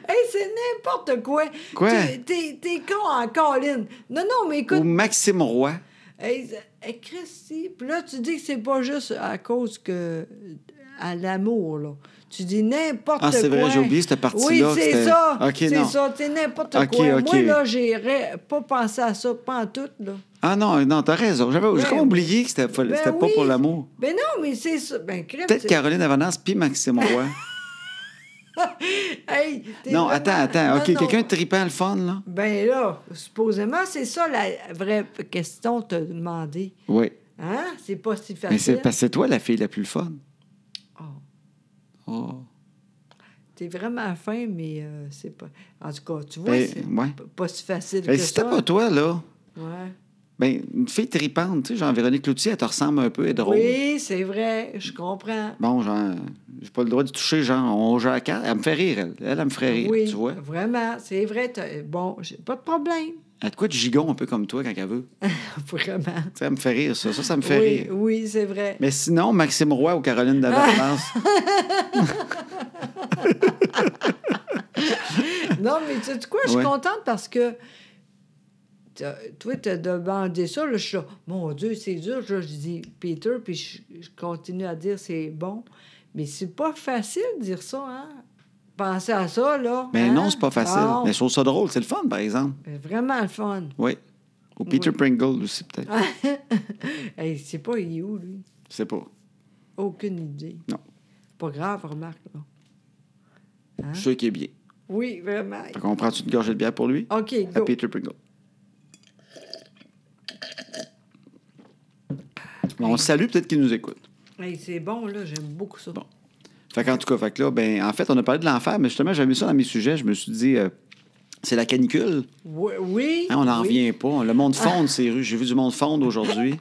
A: Hey, c'est n'importe quoi.
B: Quoi?
A: Tu- T'es t'es con en colline. Non, non, mais [laughs] écoute,
B: Ou Maxime Roy.
A: Hey, z- hey, Christy, puis là, tu dis que c'est pas juste à cause que. à l'amour, là. Tu dis n'importe
B: Ah,
A: quoi.
B: c'est vrai, j'ai oublié cette
A: Oui,
B: partie-là,
A: c'est
B: c'était-
A: ça.
B: Ok,
A: c'est
B: non.
A: ça, c'est n'importe
B: Ok,
A: quoi.
B: ok.
A: Moi, là, j'irais pas penser à ça, pas en tout, là.
B: Ah non, non, t'as raison. J'avais j'ai
A: Ben,
B: comme oublié que c'était fo-
A: Ben
B: c'était pas
A: oui.
B: pour l'amour.
A: Ben non, mais c'est ça. Ben, crème,
B: Peut-être
A: c'est-
B: Caroline Davernas puis Maxime Roy.
A: Hey, t'es
B: non,
A: vraiment-
B: attends, attends.
A: Non,
B: OK,
A: non.
B: quelqu'un de tripant le fun, là?
A: Ben là, supposément, c'est ça la vraie question te demander.
B: Oui.
A: Hein? C'est pas si facile.
B: Mais c'est parce que c'est toi la fille la plus fun.
A: Oh.
B: Oh.
A: T'es vraiment fin, mais euh, c'est pas. En tout cas, tu vois,
B: Ben,
A: c'est
B: ouais.
A: p- pas si facile
B: Ben,
A: que
B: si c'était
A: ça.
B: pas toi, là,
A: Ouais.
B: ben, une fille tripante, tu sais, genre Véronique Cloutier, elle te ressemble un peu, elle est drôle.
A: Oui, c'est vrai, je comprends.
B: Bon, genre, j'ai pas le droit de toucher, genre, on joue à la carte. Elle me fait rire, elle. Elle, elle me ferait rire,
A: oui,
B: tu vois.
A: vraiment, c'est vrai. t'as- Bon, j'ai pas de problème. [laughs]
B: Elle a de quoi de gigon un peu comme toi quand elle veut. Tu
A: vraiment.
B: sais, elle me fait rire, ça. Ça, ça me fait
A: oui,
B: rire.
A: oui, c'est vrai.
B: Mais sinon, Maxime Roy ou Caroline
A: [laughs]
B: Davernas.
A: [laughs] Non, mais tu sais quoi, je suis
B: Ouais.
A: contente parce que t'as- toi, t'as demandé ça, là, je suis là, mon Dieu, c'est dur. Là, je dis Peter, puis je, je continue à dire c'est bon. Mais c'est pas facile de dire ça, hein? Penser à ça, là.
B: Mais
A: hein?
B: ben, non, c'est pas facile.
A: Bon.
B: Mais je trouve ça drôle, c'est le fun, par exemple.
A: C'est Vraiment le fun.
B: Oui. Ou Peter
A: Oui.
B: Pringle aussi, peut-être.
A: [laughs] Hey, c'est pas il est où, lui?
B: Je sais pas.
A: Aucune idée.
B: Non.
A: Pas grave, remarque. là.
B: Je suis sûr qu'il est bien.
A: Oui, vraiment.
B: Fait qu'on prend une gorgée de bière pour lui?
A: OK,
B: À
A: Oh, go.
B: Peter Pringle. Bon, on le salue, peut-être qu'il nous écoute.
A: Hey, c'est bon, là, j'aime beaucoup ça.
B: Bon. Fait qu'en tout cas, fait que là, ben, en fait, on a parlé de l'enfer, mais justement, j'avais mis ça dans mes sujets. Je me suis dit, euh, c'est la canicule.
A: Oui. oui,
B: Hein, on
A: oui.
B: n'en
A: Ah.
B: revient pas. Le monde fonde, ces rues. J'ai vu du monde fondre
A: [laughs]
B: aujourd'hui.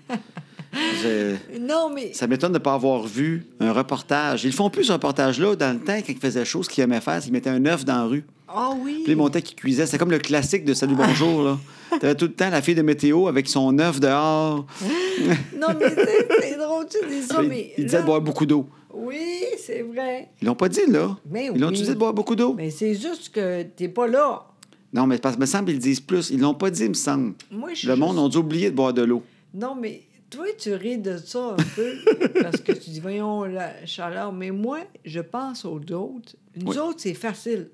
B: Je-
A: Non, mais.
B: Ça m'étonne de ne pas avoir vu un reportage. Ils font plus ce reportage-là dans le temps, quand ils faisaient chaud, ce qu'ils aimaient faire, c'est qu'ils mettaient un œuf dans la rue.
A: Ah oui.
B: Puis ils montaient qu'ils cuisaient. C'était comme le classique de Salut Bonjour. là. T'avais tout le temps la fille de météo avec son œuf dehors.
A: Non, mais c'est c'est drôle, tu dis ça,
B: Ils-
A: mais.
B: ils disaient
A: là-
B: de boire beaucoup d'eau.
A: Oui, c'est vrai.
B: Ils l'ont pas dit, là.
A: Mais
B: ils l'ont
A: oui.
B: dit de boire beaucoup d'eau.
A: Mais c'est juste que t'es pas là.
B: Non, mais parce que me semble ils disent plus. Ils l'ont pas dit, me semble.
A: Moi, je suis
B: Le monde
A: juste-
B: a dû oublier de boire de l'eau.
A: Non, mais toi, tu ris de ça un
B: [laughs]
A: peu parce que tu dis, voyons, la chaleur. Mais moi, je pense aux autres. Nous
B: Oui.
A: autres, c'est facile.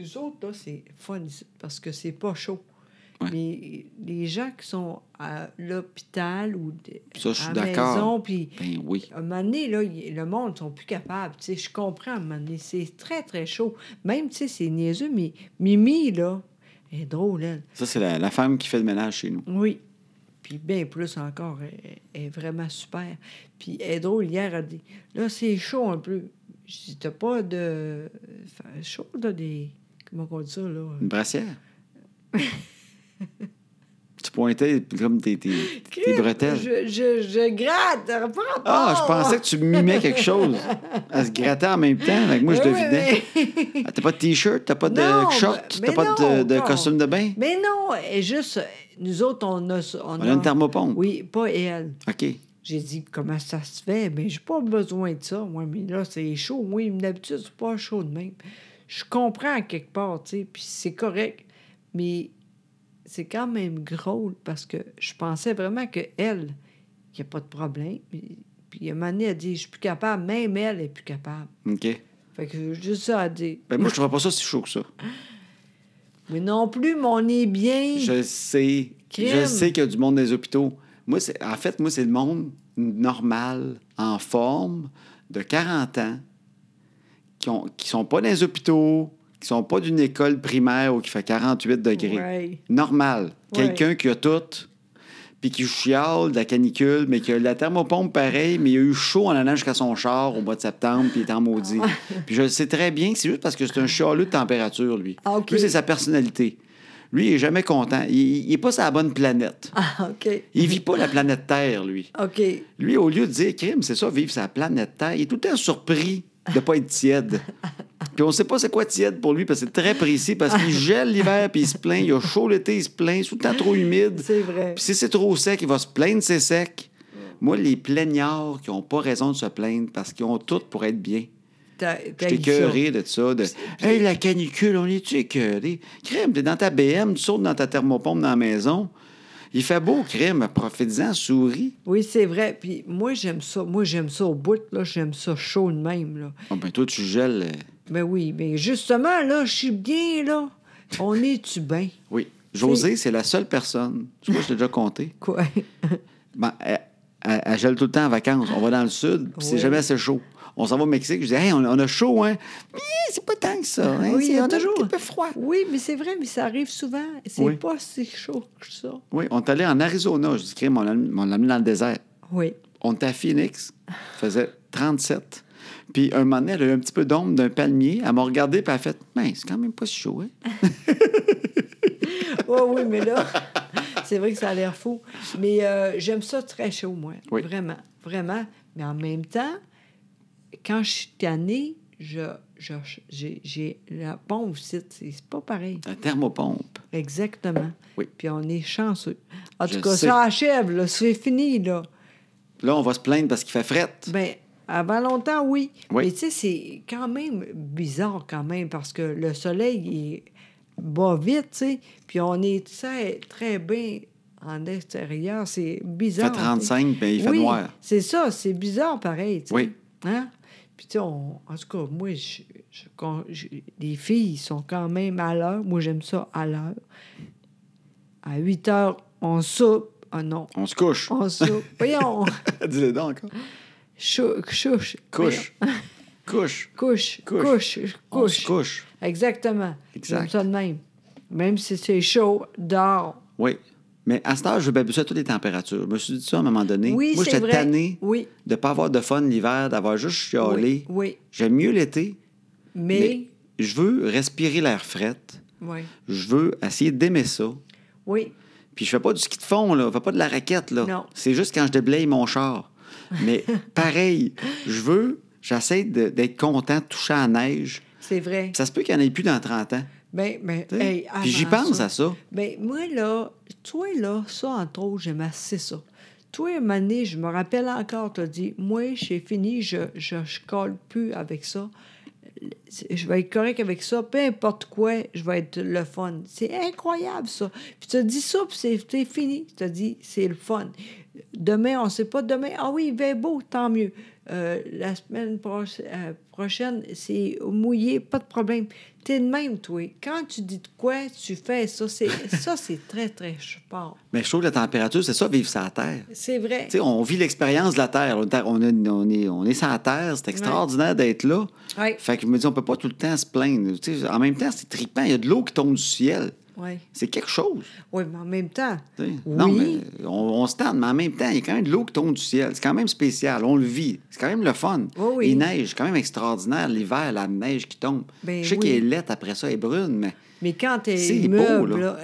A: Nous autres, là, c'est fun ici, parce que c'est pas chaud.
B: Ouais.
A: Mais les gens qui sont à l'hôpital ou d-
B: Ça, je suis
A: à la
B: d'accord.
A: maison, puis
B: Ben oui.
A: À un moment donné, là, y- le monde sont plus capables. Tu sais, je comprends, à un moment donné, c'est très, très chaud. Même, tu sais, c'est niaiseux, mais Mimi, là, elle est drôle, elle.
B: Ça, c'est la, la femme qui fait le ménage chez nous.
A: Oui. Puis bien plus encore, elle, elle est vraiment super. Puis elle est drôle, hier, elle dit Là, c'est chaud un peu. Je dis T'as pas de. Enfin, chaud, là, des. Comment on dit ça, là [laughs]
B: Une brassière. tu pointais comme tes, tes, tes bretelles.
A: Je, Oh! je, je gratte, reprends
B: Ah, je pensais que tu mimais quelque chose. Elle se grattait en même temps. Fait que moi, je
A: Ben Oui,
B: devinais.
A: oui, [laughs] mais-
B: Ah, T'as pas de t-shirt, t'as pas de
A: Non, ben,
B: short,
A: mais-
B: t'as pas de,
A: mais
B: de
A: non, non.
B: costume de bain.
A: Mais non, et juste, nous autres, on a. On,
B: On a une thermopompe.
A: Oui, pas elle.
B: OK.
A: J'ai dit, comment ça se fait? Mais j'ai pas besoin de ça, moi. Mais là, c'est chaud. Moi, d'habitude, c'est pas chaud de même. Je comprends quelque part, tu sais, puis c'est correct. Mais c'est quand même drôle parce que je pensais vraiment que elle, il n'y a pas de problème. Puis puis à un moment donné, elle dit, je suis plus capable. Même elle est plus capable.
B: OK.
A: Fait que juste ça à dire.
B: Ben, moi, je trouve pas ça si chaud que ça.
A: Mais non plus, mais on est bien.
B: Je sais. Je
A: Crime.
B: sais qu'il y a du monde dans les hôpitaux. Moi, c'est, en fait, moi, c'est le monde normal, en forme, de 40 ans, qui ne qui sont pas dans les hôpitaux, qui sont pas d'une école primaire où qui fait 48 degrés.
A: Ouais.
B: Normal.
A: Ouais.
B: Quelqu'un qui a tout, puis qui chiale de la canicule, mais qui a la thermopompe pareil, mais il a eu chaud en allant jusqu'à son char au mois de septembre, puis il est en maudit.
A: Ah.
B: Puis je sais très bien que c'est juste parce que c'est un chialeux de température, lui.
A: Ah, OK.
B: Lui, c'est sa personnalité. Lui, il n'est jamais content. Il n'est pas sur la bonne planète.
A: Ah, OK.
B: Il vit pas la planète Terre, lui.
A: OK.
B: Lui, au lieu de dire crime, c'est ça, vivre sa planète Terre, il est tout le temps surpris de pas être tiède. Puis on sait pas c'est quoi tiède pour lui, parce que c'est très précis, parce qu'il gèle l'hiver, puis il se plaint. Il a chaud l'été, il se plaint. C'est tout le temps trop humide.
A: C'est vrai.
B: Puis si c'est trop sec, il va se plaindre, c'est sec. Moi, les plaignards qui ont pas raison de se plaindre, parce qu'ils ont tout pour être bien.
A: T'as- t'as
B: J'étais
A: dit ça.
B: écœuré de ça. De, hey, la canicule, on est-tu écœuré? Crème, t'es dans ta BM, tu sautes dans ta thermopompe dans la maison. Il fait beau, crème, profite-en, souris.
A: Oui, c'est vrai. Puis moi, j'aime ça. Moi, j'aime ça au bout, là. J'aime ça chaud de même, là.
B: Ah ben toi, tu gèles. euh,
A: Ben oui, mais justement, là, je suis bien, là. On [laughs] est-tu bien?
B: Oui. Josée, c'est la seule personne. Je crois que je l'ai déjà compté.
A: Quoi? [laughs]
B: Ben, elle, elle- elle gèle tout le temps en vacances. On va dans le sud, puis c'est
A: Oui.
B: jamais assez chaud. On s'en va au Mexique, je dis, hey, on, on a chaud, hein? Mais c'est pas tant que ça. hein?
A: Oui,
B: C'est-
A: il y a
B: on a
A: toujours-
B: un petit peu froid.
A: Oui, mais c'est vrai, mais ça arrive souvent. C'est
B: Oui.
A: pas si chaud que ça.
B: Oui, on est allé en Arizona. Je dis, crème, on l'a on l'a mis dans le désert.
A: [laughs] Oui.
B: On était à Phoenix, faisait 37. Puis un moment donné, elle a eu un petit peu d'ombre d'un palmier. Elle m'a regardé, puis elle a fait Mais c'est quand même pas si chaud, hein?
A: Oh, oui, mais là, [laughs] c'est vrai que ça a l'air fou. Mais euh, j'aime ça très chaud, moi.
B: Oui.
A: Vraiment, vraiment. Mais en même temps, quand je suis tannée, je, je- j'ai, j'ai la pompe aussi. C'est c'est pas pareil.
B: La thermopompe.
A: Exactement.
B: Oui.
A: Puis on est chanceux. En
B: Je
A: tout cas,
B: sais.
A: ça achève, là. C'est fini, là.
B: Là, on va se plaindre parce qu'il fait frette.
A: Bien, avant longtemps, oui.
B: Ben, Oui.
A: Mais tu sais, c'est quand même bizarre, quand même, parce que le soleil, il bat vite, tu sais. Puis on est très, très bien en extérieur. C'est
B: Il fait
A: bizarre.
B: 35, puis il fait
A: Oui,
B: noir.
A: C'est ça, c'est bizarre pareil. tu sais.
B: Oui.
A: Hein? Puis, tu sais, on- en tout cas, moi, je, je- quand je- les filles sont quand même à l'heure. Moi, j'aime ça à l'heure. À 8 heures, on soupe. Ah non,
B: On se couche.
A: on
B: [laughs]
A: soupe. Voyons,
B: Dis-le donc. encore.
A: chou- chouche.
B: Couche. couche.
A: Voyons. Couche.
B: Couche.
A: Couche.
B: On se
A: Couche.
B: couche.
A: Exactement.
B: Exact.
A: J'aime ça de même. Même si c'est chaud, dehors.
B: Oui. Mais à cette heure, je babusais à toutes les températures. Je me suis dit ça à un moment donné.
A: Oui,
B: Moi,
A: c'est
B: j'étais
A: vrai.
B: tanné
A: Oui.
B: de ne pas avoir de fun l'hiver, d'avoir juste
A: Oui.
B: chialé.
A: oui.
B: J'aime mieux l'été,
A: Mais,
B: mais je veux respirer l'air frette.
A: oui.
B: Je veux essayer d'aimer ça.
A: Oui.
B: Puis je fais pas du ski de fond, là. Je fais pas de la raquette, là.
A: Non.
B: C'est juste quand je déblaye mon char.
A: [laughs]
B: Mais pareil, je veux, j'essaie de- d'être content de toucher à la neige.
A: C'est vrai.
B: Ça se peut qu'il n'y en ait plus dans 30 ans.
A: Ben, ben,
B: tu sais.
A: hey,
B: Puis j'y
A: avant
B: pense
A: ça,
B: à ça.
A: Ben, moi, là, toi, là, ça, entre autres, j'aime assez ça. Toi, Mané, je me rappelle encore, tu as dit, moi, j'ai fini, je ne je, je colle plus avec ça. Je vais être correct avec ça, peu importe quoi, je vais être le fun. C'est incroyable, ça. Puis tu as dit ça, puis c'est c'est fini. Tu as dit, c'est le fun. Demain, on ne sait pas demain. Ah oui, il va être beau, tant mieux. Euh, la semaine proche- euh, prochaine, c'est mouillé, pas de problème. T'es de même, toi. Quand tu dis de quoi, tu fais ça. [laughs] C'est, ça, c'est très, très fort.
B: Mais je trouve que la température, c'est ça, vivre sur la Terre.
A: C'est vrai.
B: Tu sais, on vit l'expérience de la Terre. On, est- on est- on est, on est sur la Terre. C'est extraordinaire d'être là.
A: Ouais.
B: Fait que je me dis, on peut pas tout le temps se plaindre. Tu sais, en même temps, c'est trippant. Il y a de l'eau qui tombe du ciel.
A: Oui.
B: C'est quelque chose.
A: Oui, mais en même temps.
B: tu sais.
A: Oui.
B: Non, mais on, on se tente, mais en même temps, il y a quand même de l'eau qui tombe du ciel. C'est quand même spécial. On le vit. C'est quand même le fun.
A: Oui, Oh oui.
B: Il neige. C'est quand même extraordinaire l'hiver, la neige qui tombe.
A: Ben
B: Je sais
A: oui.
B: qu'elle est laite après ça, elle est brune, mais
A: Mais quand t'es
B: C'est beau,
A: meuble,
B: là.
A: là,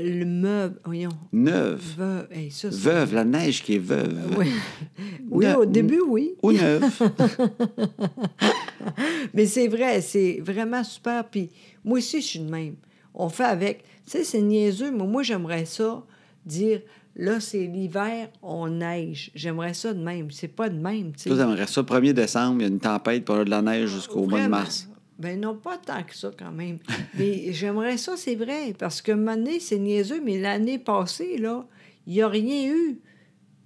A: le, le meuble, voyons,
B: neuve.
A: veuve, hey, ça, c'est-
B: Veuve, la neige qui est veuve. [laughs]
A: Oui. Oui,
B: Ne-
A: au début, oui. [laughs]
B: Ou neuve.
A: Mais c'est vrai, c'est vraiment super. Puis moi aussi, je suis de même. On fait avec. Tu sais, c'est niaiseux, mais moi, j'aimerais ça dire là, c'est l'hiver, on neige. J'aimerais ça de même. C'est pas de même, tu sais.
B: Toi, t'aimerais ça, le 1er décembre, il y a une tempête, puis on a de la neige jusqu'au mois de
A: Vraiment.
B: mars.
A: Ben non, pas tant que ça quand même. [laughs] mais j'aimerais ça, c'est vrai. Parce que mon année, c'est niaiseux, mais l'année passée, là, il n'y a rien eu.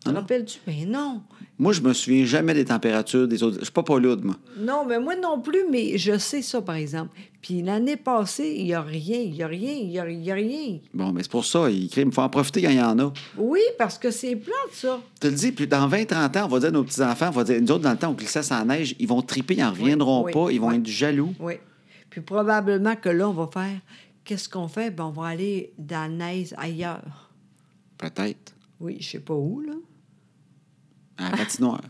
B: Ah
A: Te rappelles-tu? Ben non.
B: Moi, je me souviens jamais des températures des autres. Je suis pas paulude, moi.
A: Non, mais moi non plus, mais je sais ça, par exemple. Puis l'année passée, il n'y a rien, il n'y a rien, il n'y a, il y a rien.
B: Bon, mais c'est pour ça, il crée, il faut en profiter quand il y en a.
A: Oui, parce que c'est plate, ça.
B: Tu le dis, puis dans 20-30 ans, on va dire à nos petits-enfants, on va dire, nous autres, dans le temps, on glissait sans neige, ils vont triper, ils n'en reviendront
A: oui,
B: pas, ils vont
A: oui.
B: être jaloux.
A: Oui. Puis probablement que là, on va faire... Qu'est-ce qu'on fait? Ben, on va aller dans la neige ailleurs.
B: Peut-être.
A: Oui, je sais pas où, là.
B: À la patinoire.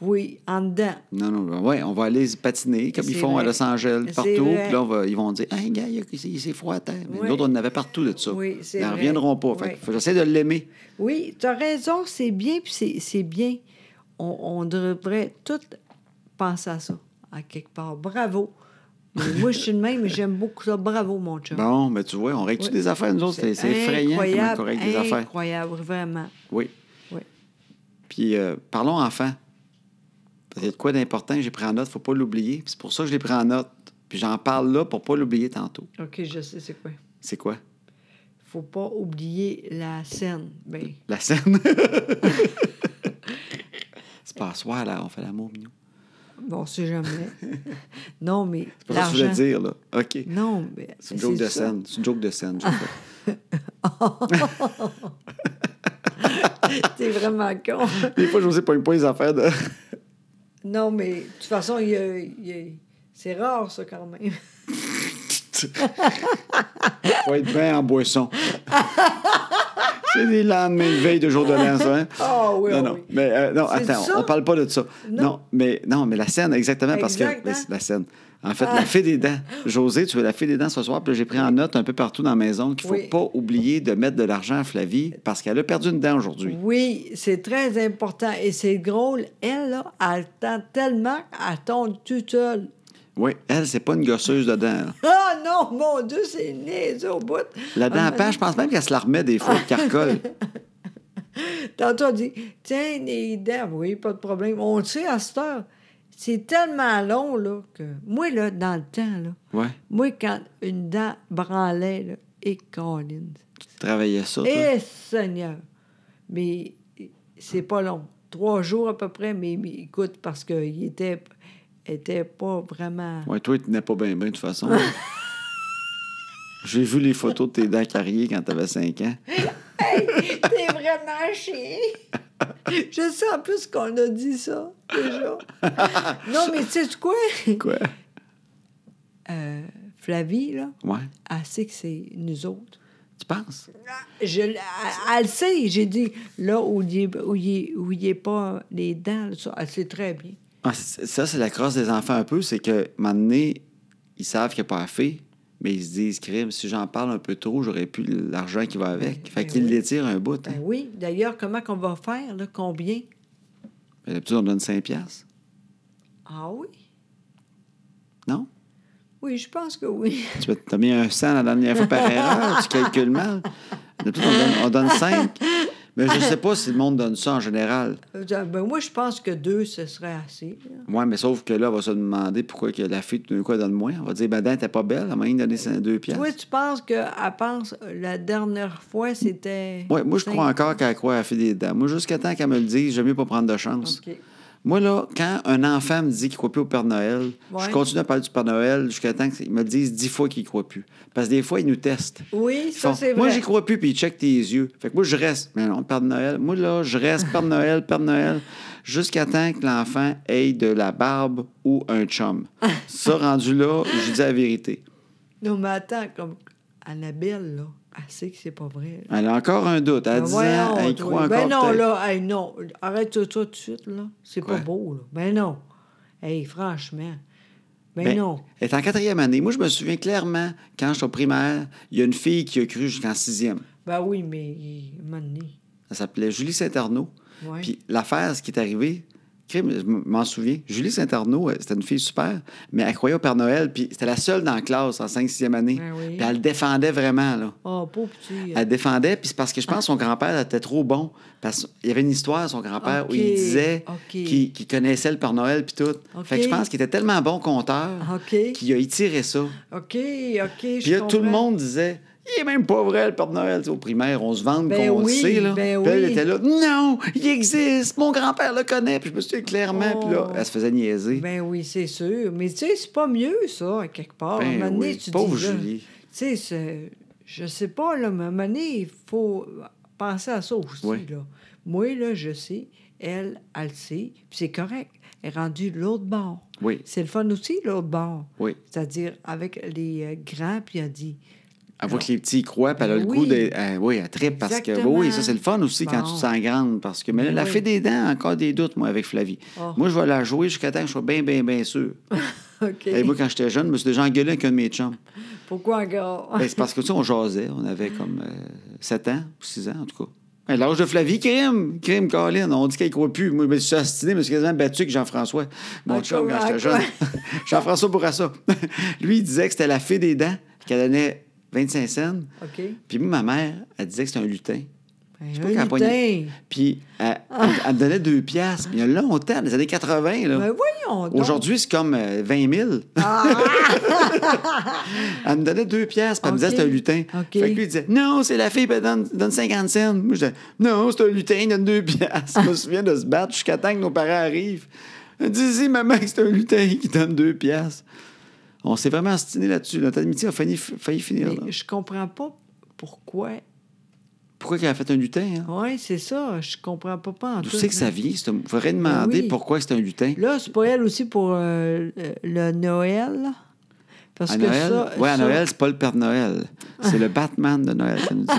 A: Oui, en dedans.
B: non, non, ben ouais, on va aller se patiner, comme
A: C'est
B: ils font à
A: vrai.
B: Los Angeles,
A: C'est
B: partout.
A: vrai.
B: Puis là, on va- ils vont dire, hey, gars, il y a- c'est c'est froid à terre. Mais
A: Oui.
B: nous autres, on en avait partout de ça.
A: Oui, c'est
B: ils n'en
A: vrai.
B: reviendront pas. Fait
A: Oui.
B: que faut- j'essaie de l'aimer.
A: Oui, tu as raison, c'est bien, puis c'est- c'est bien. On, on devrait tout penser à ça, à quelque part. Bravo. Mais moi, je suis le même, mais j'aime beaucoup ça. Bravo, mon chum.
B: Bon, mais tu vois, on règle
A: Oui.
B: des affaires, nous autres. C'est c'est effrayant comment on règle des affaires.
A: Incroyable, vraiment.
B: Oui.
A: Oui.
B: Puis euh, parlons enfants. Il y a de quoi d'important, j'ai pris en note, faut pas l'oublier. Puis C'est pour ça que je l'ai pris en note. Puis j'en parle là pour pas l'oublier tantôt.
A: OK, je sais c'est quoi.
B: C'est quoi?
A: Faut pas oublier la scène. Ben, [laughs]
B: La scène. c'est pas à soir, là, on fait l'amour, mignon.
A: bon, c'est jamais. [laughs] non, mais
B: C'est pas ça que je voulais
A: l'argent.
B: dire, là. OK.
A: Non, mais
B: C'est une joke de
A: ça.
B: scène. C'est une joke de scène, j'ai fait.
A: [laughs] T'es vraiment con.
B: Des fois, je sais pas pas les
A: [laughs]
B: affaires de.
A: non, mais de toute façon, il y a- il y a- c'est rare, ça, quand
B: [laughs]
A: même.
B: Faut être bien en boisson. c'est des lendemains de veille de jour de
A: [laughs]
B: l'an, ça, hein?
A: Ah oui,
B: non,
A: ah
B: non.
A: oui.
B: Mais euh, non,
A: C'est
B: attends,
A: ça?
B: on parle pas de ça. Non,
A: Non.
B: mais, non mais la scène, exactement, parce que
A: Exact, hein? Ah.
B: la- la scène. En fait, la fée des dents. José, tu veux la fée des dents ce soir, puis là, j'ai pris en note un peu partout dans la maison qu'il faut
A: Oui.
B: pas oublier de mettre de l'argent à Flavie parce qu'elle a perdu une dent aujourd'hui.
A: Oui, c'est très important. Et c'est drôle, elle, là, elle tend tellement à ton toute seule.
B: Oui, elle, c'est pas une gosseuse de dents. là.
A: Ah non, mon Dieu, c'est niaiseux au bout. Ah,
B: La dent à pain, je pense même qu'elle se la remet des fois, qu'elle
A: [laughs]
B: recolle.
A: Tantôt, elle dit Tiens, les dents, oui, pas de problème. On le sait à cette heure. C'est tellement long, là, que. Moi, là, dans le temps, là,
B: Ouais,
A: moi, quand une dent branlait, là, et Colin.
B: tu travaillais ça, toi.
A: Eh, Seigneur! Mais c'est pas long. Trois jours à peu près, mais, mais écoute, parce qu'il était, était pas vraiment.
B: Ouais, toi, tu n'es pas bien, bien, de toute façon.
A: [laughs]
B: J'ai vu les photos de tes dents carriées quand t'avais 5 ans.
A: [laughs] T'es vraiment chien! Je sais en plus qu'on a dit ça, déjà. non, mais tu sais quoi?
B: Quoi?
A: Euh, Flavie, là,
B: Ouais.
A: elle sait que c'est nous autres.
B: Tu penses?
A: Je, elle, elle le sait, j'ai dit, là où il est- où il est- où il est pas les dents, là, ça, elle sait très bien.
B: Ah, c- ça, c'est la crosse des enfants un peu. C'est que, à un moment donné, ils savent qu'il n'y a pas à fait, mais ils se disent, crime, si j'en parle un peu trop, j'aurais plus l'argent qui va avec. Fait
A: ben
B: qu'ils
A: oui.
B: l'étirent un bout. hein.
A: Ben oui, d'ailleurs, comment qu'on va faire, là, combien?
B: Ben, D'habitude, on donne 5 piastres.
A: Ah oui?
B: Non?
A: Oui, je pense que oui. [laughs]
B: Tu as mis un 100 la dernière fois par erreur, tu calcules mal. D'habitude, on donne, on donne 5. Mais je sais pas si le monde donne ça en général.
A: Euh, Ben moi, je pense que deux, ce serait assez. là.
B: Oui, mais sauf que là, on va se demander pourquoi que la fille, tout d'un coup, elle donne moins. On va dire, ben, Dan, t'es pas belle, elle m'a rien donné cin- deux piastres.
A: Toi, tu penses qu'elle pense euh, la dernière fois, c'était.
B: Ouais, moi, je
A: cinq-
B: crois encore qu'elle croit à la fille des dents. Moi, jusqu'à temps qu'elle me le dise, j'aime mieux pas prendre de chance.
A: OK.
B: Moi, là, quand un enfant me dit qu'il ne croit plus au Père Noël,
A: Ouais.
B: je continue à parler du Père Noël jusqu'à temps qu'il me dise dix fois qu'il ne croit plus. Parce que des fois, ils nous testent.
A: Oui,
B: Ils
A: ça,
B: font,
A: c'est vrai.
B: Moi, j'y crois plus, puis ils checkent tes yeux. Fait que moi, je reste. Mais non, Père Noël. Moi, là, je reste Père Noël, Père Noël, jusqu'à temps que l'enfant ait de la barbe ou un chum. Ça, rendu là, je dis la vérité.
A: Non, mais attends, comme. Annabelle, là, elle sait que c'est pas vrai. là.
B: Elle a encore un doute. Elle
A: Ben
B: dit,
A: voyons,
B: elle y
A: toi.
B: croit
A: Ben
B: encore.
A: non,
B: peut-être.
A: là, hey, non. Arrête ça tout de suite, là. C'est
B: Quoi?
A: pas beau, là. Ben non. Hey, franchement. Ben,
B: Ben,
A: non.
B: Elle est en quatrième année. Moi, je me souviens clairement, quand j'étais au primaire, il y a une fille qui a cru jusqu'en sixième.
A: Ben oui, mais il m'a donné.
B: Elle s'appelait Julie Saint-Arnaud.
A: Ouais.
B: Puis l'affaire, ce qui est arrivé, crime, je m- m'en souviens, Julie Saint-Arnaud, euh, c'était une fille super, mais elle croyait au Père Noël, puis c'était la seule dans la classe en 5-6e année.
A: Ben oui.
B: Puis elle le défendait vraiment, là.
A: Oh, pauvre petit.
B: Elle défendait, puis c'est parce que je pense
A: Ah.
B: que son grand-père était trop bon. Parce qu'il y avait une histoire, son grand-père, où
A: Ok,
B: il disait
A: ok.
B: qu'il qu'il connaissait le Père Noël, puis tout.
A: Ok. Ah.
B: Fait que je pense qu'il était tellement bon conteur
A: OK.
B: qu'il a étiré ça.
A: OK, OK. je
B: Puis là, tout le
A: comprends.
B: monde disait Il est même pas vrai, le Père Noël. Tu sais, au primaire, on se vante
A: Ben
B: qu'on
A: oui,
B: le sait. Là.
A: ben
B: Puis elle
A: oui.
B: était là Non, il existe, mon grand-père le connaît. Puis je me suis dit clairement, puis là,
A: Oh.
B: elle se faisait niaiser.
A: Ben oui, c'est sûr. Mais tu sais, c'est pas mieux, ça, à quelque part. à
B: Ben
A: oh, un moment donné,
B: oui,
A: tu
B: pauvre
A: dis, là,
B: Julie.
A: Tu sais, c'est- je sais pas, là, mais à un moment donné, il faut penser à ça aussi,
B: Oui.
A: là. Moi, là, je sais. Elle, elle le sait. Puis c'est correct. Elle est rendue de l'autre bord.
B: Oui,
A: C'est le fun aussi, l'autre bord.
B: oui.
A: C'est-à-dire avec les euh, grands, puis elle dit... [laughs]
B: Elle voit que les petits y croient, puis elle a le
A: Ben
B: goût
A: oui.
B: de. euh, oui, elle tripe parce que.
A: Exactement.
B: Oui, ça, c'est le fun aussi quand
A: Bon.
B: tu te sens grande. Parce que, mais là,
A: Ben
B: la
A: oui.
B: fée des dents, encore des doutes, moi, avec Flavie.
A: Oh.
B: Moi, je vais la jouer jusqu'à temps que je sois bien, bien, bien sûr.
A: OK.
B: Et moi, quand j'étais jeune, je me suis déjà engueulé avec un de mes chums.
A: Pourquoi encore?
B: Ben, c'est parce que, tu sais, on jasait. On avait comme euh, 7 ans ou 6 ans, en tout cas. Ben, L'âge de Flavie, crime, crime, Colin. On dit qu'elle ne croit plus. Moi, ben, je me suis astiné, je me suis quasiment battu avec Jean-François, mon
A: Encore,
B: chum, quand j'étais
A: encore.
B: jeune. [laughs] Jean-François Bourassa. [laughs] Lui, il disait que c'était la fée des dents, qu'elle donnait 25 cents.
A: [laughs] OK.
B: Puis moi, ma mère, elle disait que c'était un lutin.
A: Ben,
B: sais pas
A: un
B: qu'elle a poigné-
A: lutin.
B: Puis elle, elle- elle me donnait 2 piastres. Mais il y a longtemps, dans les années 80, là.
A: Ben voyons donc.
B: Aujourd'hui, c'est comme euh, 20 000.
A: Ah!
B: [laughs] elle me donnait deux pièces, puis elle me disait
A: OK.
B: c'est un lutin.
A: OK.
B: Fait que lui, il disait non, c'est la fille, puis elle donne, donne 50 cents. Moi, je disais non, c'est un lutin, donne deux pièces. je me souviens de se battre jusqu'à temps que nos parents arrivent. Dis-y, maman, que c'est un lutin qui donne deux pièces. On s'est vraiment astiné là-dessus. Notre amitié a failli, failli finir. hein, là.
A: Mais je comprends pas pourquoi.
B: Pourquoi qu'elle a fait un lutin? Hein?
A: Oui, c'est ça. Je comprends pas, pas en
B: D'où
A: tout.
B: c'est que ça vient? Il faudrait demander
A: Ben oui.
B: pourquoi c'est un lutin.
A: Là, c'est pas elle aussi pour euh, le- le Noël. là? Parce
B: À
A: que
B: Noël,
A: ça.
B: ouais, à
A: ça-
B: Noël, c'est pas le Père Noël. C'est le Batman de Noël, ça nous dit.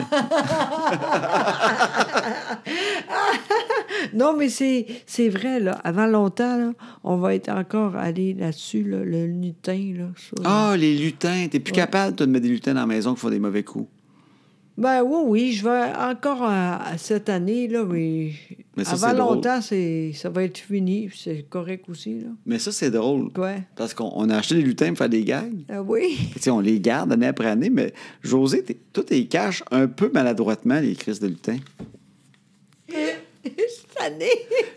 A: Non, mais c'est c'est vrai, là. Avant longtemps, là, on va être encore allé là-dessus, là, le lutin, là. ça, là.
B: Ah, les lutins. T'es plus capable, toi, de mettre des lutins dans la maison qui font des mauvais coups.
A: Ben oui, oui, je vais encore à- à cette année, là, mais.
B: Mais ça,
A: avant
B: c'est drôle.
A: longtemps, c'est ça va être fini, puis c'est correct aussi, là.
B: Mais ça, c'est drôle.
A: Ouais.
B: Parce qu'on on a acheté des lutins pour faire des gags.
A: Ah oui. [laughs]
B: Tu sais, on les garde année après année, mais José, t'es- toi, t'es cache un peu maladroitement, les crises de lutins.
A: cette année.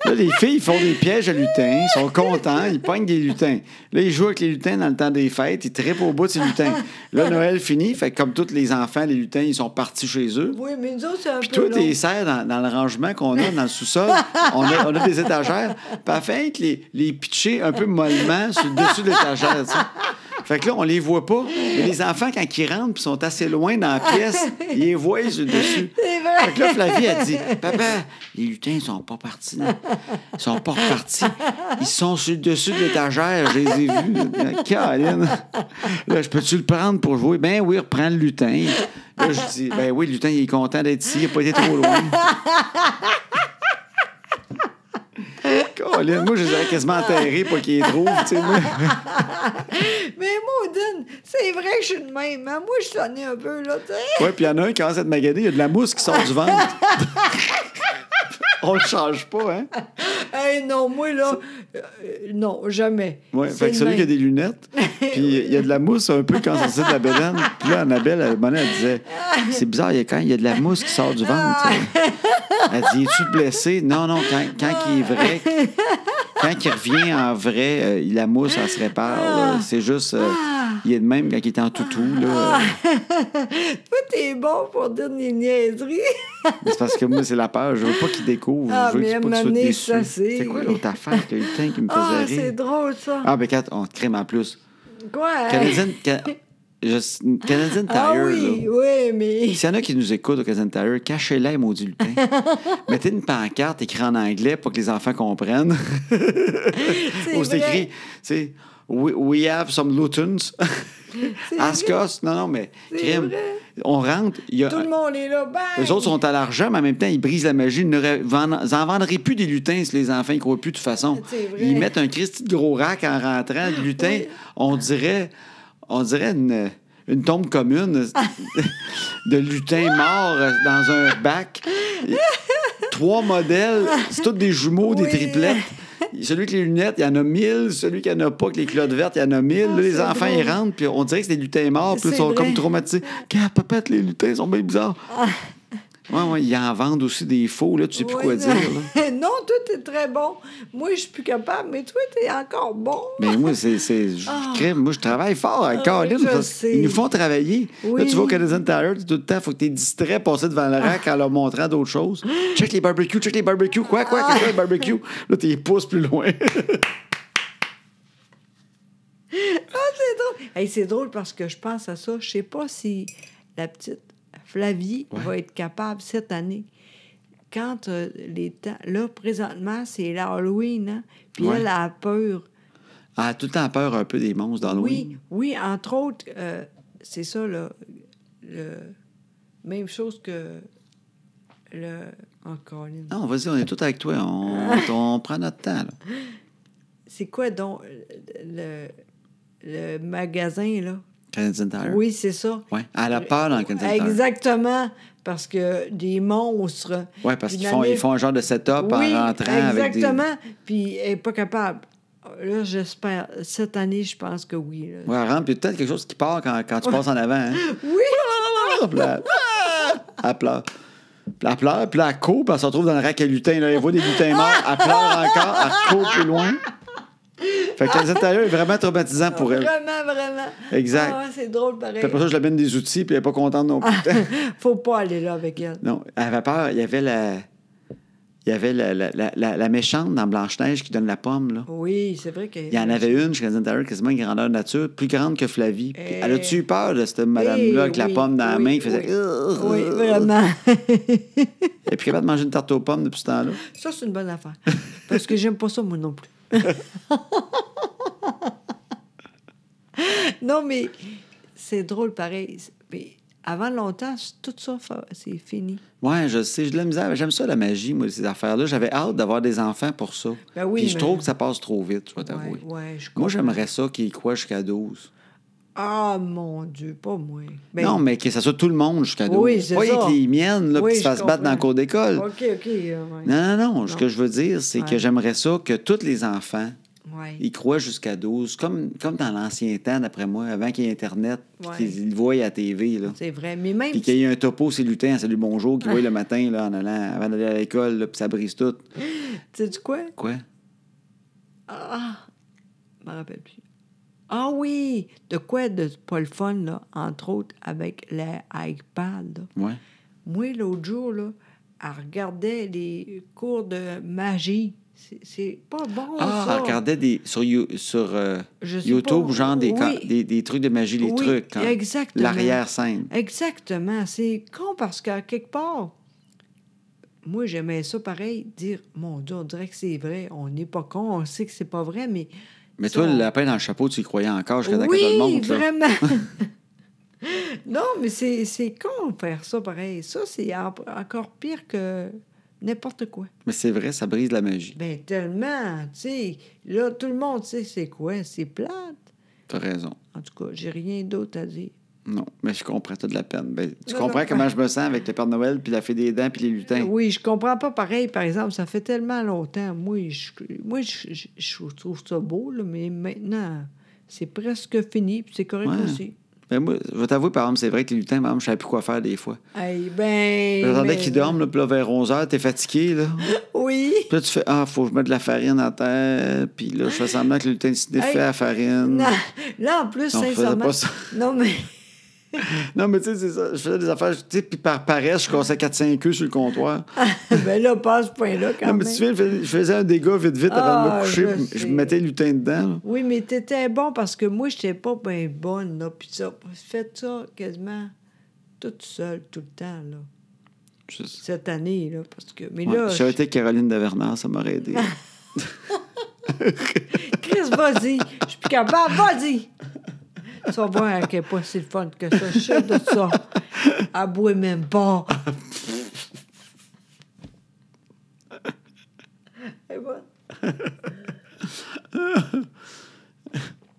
B: Là, les filles font des pièges à lutins, ils sont contents, ils pognent des lutins. Là, ils jouent avec les lutins dans le temps des fêtes, ils trippent au bout de ces lutins. Là, Noël finit, fait que comme tous les enfants, les lutins, ils sont partis chez eux.
A: Oui, mais nous autres, c'est un
B: Puis
A: peu.
B: toi,
A: long.
B: tes serres dans, dans le rangement qu'on a dans
A: [laughs]
B: le sous-sol, on a, on a des étagères. Puis afin que les, les pitcher un peu mollement sur le dessus de l'étagère, tu sais. Fait que là, on les voit pas. Mais les enfants, quand ils rentrent puis sont assez loin dans la
A: [laughs]
B: pièce, ils les voient sur le dessus.
A: C'est vrai.
B: Fait que là, Flavie a dit Papa, les lutins, ils sont pas partis. non. Ils sont pas repartis. Ils sont sur le dessus de l'étagère. Je les ai vus. Caroline. Là, je peux-tu le prendre pour jouer Ben oui, reprends le lutin. Là, je dis Ben oui, le lutin, il est content d'être ici. Il n'a pas été trop loin. Caroline, moi, je les aurais quasiment enterrés pour qu'ils les trouvent. tu sais, moi.
A: Mais Maudine, c'est vrai que je suis de même. hein. Moi, je sonnais un peu, là, tu sais.
B: Ouais, puis il y en a un qui commence à te maganer. Il y a de la mousse qui sort du ventre. [laughs] On le change pas, hein?
A: Hey, Eh non, moi, là, euh, non, jamais.
B: Oui,
A: C'est
B: fait que
A: de
B: celui qui a
A: même.
B: des
A: [laughs]
B: lunettes, puis il y a de la mousse un peu quand ça sort de la bédaine. Puis là, Annabelle, à un moment donné, elle disait C'est bizarre, il y a quand il y a de la mousse qui sort du
A: Ah,
B: ventre. Elle dit Es-tu blessé Non, non, quand, quand il est vrai, quand il revient en vrai, euh, la mousse, elle se répare.
A: Ah.
B: là. C'est juste, euh, il est de même quand il est en toutou. Là.
A: Toi, t'es bon pour dire des niaiseries.
B: Mais C'est parce que moi, c'est la peur. Je veux pas qu'il découvre.
A: Ah,
B: je veux
A: mais
B: qu'il
A: à
B: soit pas
A: un moment
B: tout de
A: donné,
B: suite
A: ça,
B: déçu.
A: c'est-
B: C'est quoi l'autre affaire que le teint qui me faisait
A: Ah, c'est
B: rire
A: drôle, ça.
B: Ah, ben quand on te crème en plus.
A: Quoi? hein?
B: Canadian, Ca- je- Canadian Tire,
A: ah oui,
B: là.
A: oui,
B: [laughs]
A: mais...
B: S'il y en a qui nous écoutent au Canadian Tire, cachez-la, les
A: [laughs]
B: maudits lutins. Mettez une pancarte écrite en anglais pour que les enfants comprennent.
A: c'est
B: Ou c'est
A: vrai.
B: écrit, tu sais, we, we have some Lutons.
A: C'est
B: Ascos, non, non, mais
A: C'est
B: crime.
A: vrai.
B: On rentre, il y a.
A: Tout le monde est là. ben, Bang!
B: Les autres sont à l'argent, mais en même temps, ils brisent la magie. Ils n'en vendraient plus des lutins si les enfants ne croient plus de toute façon.
A: C'est vrai.
B: Ils mettent un Christi de gros rack en rentrant. Le lutin,
A: Oui.
B: on dirait, on dirait une, une tombe commune [laughs] de lutins morts dans un bac. Trois modèles, c'est tous des jumeaux, des
A: Oui.
B: triplettes. Celui avec les lunettes, il y en a mille. Celui qui n'en a pas, avec les clottes vertes, il y en a mille.
A: Ah,
B: Là, les
A: c'est
B: enfants,
A: drôle.
B: ils rentrent, puis on dirait que c'est des lutins morts. Puis là, ils
A: C'est
B: sont
A: vrai.
B: comme traumatisés. Quand papa, les lutins sont bien bizarres. Oui, oui, ils en vendent aussi des faux, là, tu sais plus
A: Oui,
B: quoi
A: [laughs] non.
B: dire. Là.
A: non, tout est très bon. Moi, je suis plus capable, mais toi, t'es encore bon.
B: Mais Ben, moi, c'est. c'est- je- crème, Moi, je travaille fort à
A: Ah,
B: Caroline.
A: je
B: parce
A: sais.
B: qu'ils nous font travailler. Là,
A: Oui. Ah.
B: tu vas au Canadian Tire, tout le temps, il faut que tu es distrait, passer devant le rack en leur montrant d'autres choses. Check les barbecues, check les barbecues. Quoi, quoi, qu'est-ce que c'est, les barbecues? Là, tu les pousses plus
A: [laughs]
B: loin.
A: Ah, [laughs] c'est drôle. Hey, c'est drôle parce que je pense à ça. Je sais pas si la petite Flavie
B: Ouais.
A: va être capable cette année. Quand euh, les temps. Là, présentement, c'est l'Halloween, hein? Puis
B: Ouais.
A: elle a peur.
B: ah, tout le temps peur un peu des monstres dans l'eau.
A: Oui, oui, entre autres, euh, c'est ça, là. Le... Même chose que le. oh, Encore une.
B: Non, vas-y, on est tout avec toi. On,
A: Ah.
B: on prend notre temps. Là.
A: C'est quoi donc le, le magasin, là?
B: Canadian Tire.
A: Oui, c'est ça.
B: Ouais. Elle a peur dans le Canadian Tire.
A: Exactement, parce que des monstres.
B: Oui, parce
A: Puis
B: qu'ils
A: la
B: font, ils
A: mif-
B: font un genre de setup
A: oui,
B: en rentrant avec des.
A: exactement. Puis elle n'est pas capable. Là, j'espère. Cette année, je pense que oui. là.
B: Ouais, elle rentre, puis peut-être quelque chose qui part quand, quand tu passes en avant. Hein.
A: Oui!
B: Ah, puis là, ah, elle pleure. Puis elle pleure, puis là, elle court, puis elle se retrouve dans le rack à lutins. Là, elle voit des lutins morts, elle pleure encore, elle court plus loin. Fait que l'intérieur est vraiment traumatisant pour elle.
A: Vraiment, vraiment.
B: Exact.
A: Ah, c'est drôle, pareil.
B: Puis après ça, je lui amène des outils, puis elle est pas contente non plus.
A: Faut pas aller là avec elle.
B: Non, elle avait peur. Il y avait la... Il y avait la, la, la, la- la méchante dans Blanche-Neige qui donne la pomme, là.
A: Oui, c'est vrai qu'elle.
B: Il y en avait une chez Canadian Tire, quasiment une grandeur nature, plus grande que Flavie. Puis Elle a-tu eu peur de cette madame-là avec la
A: oui,
B: pomme dans la
A: Eh. oui,
B: main qui faisait.
A: Oui, vraiment.
B: Elle est plus capable de manger une tarte aux pommes depuis ce temps-là.
A: ça, c'est une bonne affaire. Parce que j'aime pas ça, moi non plus. non, mais c'est drôle pareil. Mais avant longtemps, c- tout ça, fa- c'est fini.
B: Ouais, je sais, j'ai de la misère. J'aime ça, la magie, moi, ces affaires-là. J'avais hâte d'avoir des enfants pour ça.
A: Ben oui,
B: Puis je
A: mais-
B: trouve que ça passe trop vite, je vais t'avouer.
A: Ouais, ouais, je
B: Moi,
A: comprends.
B: j'aimerais ça qu'il y ait quoi jusqu'à 12.
A: Ah, mon Dieu, pas moi. Ben,
B: non, mais que ça soit tout le monde jusqu'à 12.
A: Oui, c'est
B: Pas
A: ça.
B: que les miennes, là,
A: Oui,
B: puis qu'ils se
A: je
B: fassent battre dans la
A: comprends.
B: cour d'école.
A: OK, OK. euh, ouais.
B: Non, non, non, Ce que je veux dire, c'est que
A: Ouais.
B: j'aimerais ça que tous les enfants
A: Ouais.
B: Ils croient jusqu'à 12, comme, comme dans l'ancien temps, d'après moi, avant qu'il y ait Internet, puis
A: Ouais.
B: qu'ils le voient à la TV. Là.
A: C'est vrai. Mais même.
B: Puis qu'il y ait un topo, c'est lutin, salut
A: [laughs]
B: bonjour, qu'ils voient le matin là, en allant, avant d'aller à l'école, là, puis ça brise tout.
A: Tu sais quoi?
B: Quoi?
A: Ah, je me rappelle plus. Ah oui, de quoi de pas le fun, là, entre autres, avec l'iPad. là.
B: Ouais.
A: Moi, l'autre jour, là, elle regardait les cours de magie. C'est- C'est pas bon,
B: Ah,
A: ça.
B: elle regardait des, sur, You- sur euh,
A: Je sais
B: YouTube,
A: pas.
B: genre des, ca-
A: Oui.
B: des, des trucs de magie, les
A: Oui,
B: trucs. hein.
A: exactement.
B: L'arrière-scène.
A: Exactement. C'est con parce qu'à quelque part, moi, j'aimais ça pareil, dire, mon Dieu, on dirait que c'est vrai. On n'est pas con, on sait que c'est pas vrai, mais...
B: Mais
A: tu
B: toi,
A: sais, on-
B: le lapin dans le chapeau, tu y croyais encore jusqu'à temps que tout le
A: Oui,
B: monde. là.
A: vraiment.
B: [laughs]
A: [laughs] non, mais c'est c'est con de faire ça pareil. Ça, c'est en- encore pire que n'importe quoi.
B: Mais c'est vrai, ça brise la magie.
A: Ben tellement, tu sais. Là, tout le monde sait c'est quoi. C'est plate.
B: T'as raison.
A: En tout cas, j'ai rien d'autre à dire.
B: Non, mais je comprends, t'as de la peine. Ben, tu
A: Non,
B: comprends
A: non.
B: comment je me sens avec le Père Noël, puis la fée des dents, puis les lutins.
A: Oui, je comprends pas pareil, par exemple. Ça fait tellement longtemps. Moi, je, moi, je, je- je trouve ça beau, là, mais maintenant, c'est presque fini, puis c'est correct
B: Ouais.
A: aussi.
B: Ben, moi, je vais t'avouer, par exemple, c'est vrai que les lutins, par exemple, je savais plus quoi faire des fois.
A: Hey, ben.
B: J'attendais
A: mais-
B: qu'ils dorment, là, puis là, vers 11 h, t'es fatigué, là. [laughs]
A: Oui.
B: Puis là, tu fais Ah, faut que je mette de la farine à terre, puis là, je fais semblant que le lutin s'est
A: Hey.
B: fait à la farine.
A: Non, là, en plus,
B: Non, je faisais
A: sincèrement.
B: pas ça.
A: Non, mais. [laughs]
B: Non, mais tu sais, c'est ça. Je faisais des affaires, tu sais, puis par paresse, je cassais 4-5 queues sur le comptoir.
A: ben là, pas à ce point-là, quand
B: non, mais
A: même.
B: tu te souviens, je fais- je faisais un dégât vite, vite avant de
A: Ah,
B: me coucher,
A: je
B: puis je,
A: sais.
B: mettais le lutin dedans. là.
A: Oui, mais t'étais bon parce que moi, j'étais pas bien bonne, là. Puis ça, faites ça quasiment toute seule, tout le temps, là.
B: Je sais.
A: Cette année, là. Parce que. Mais
B: Ouais,
A: là,
B: si j'avais
A: [laughs]
B: été Caroline de Vernard, ça m'aurait aidé.
A: Chris, vas-y. Je suis plus capable, vas-y. Tu vas voir à quel point c'est le fun que ça. Je sais de ça. À boire même
B: [laughs]
A: pas. Elle est bonne.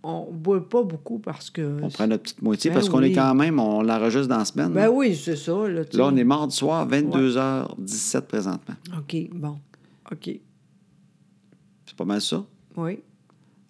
A: On ne boit pas beaucoup parce que.
B: On prend notre petite moitié
A: Ben
B: parce qu'on
A: oui.
B: est quand même, on l'enregistre dans la semaine. hein.
A: Ben oui, c'est ça. Là, tu
B: Mm. Là, on
A: sais.
B: est mardi soir, 22h17 présentement.
A: OK, bon. OK.
B: C'est pas mal ça.
A: Oui.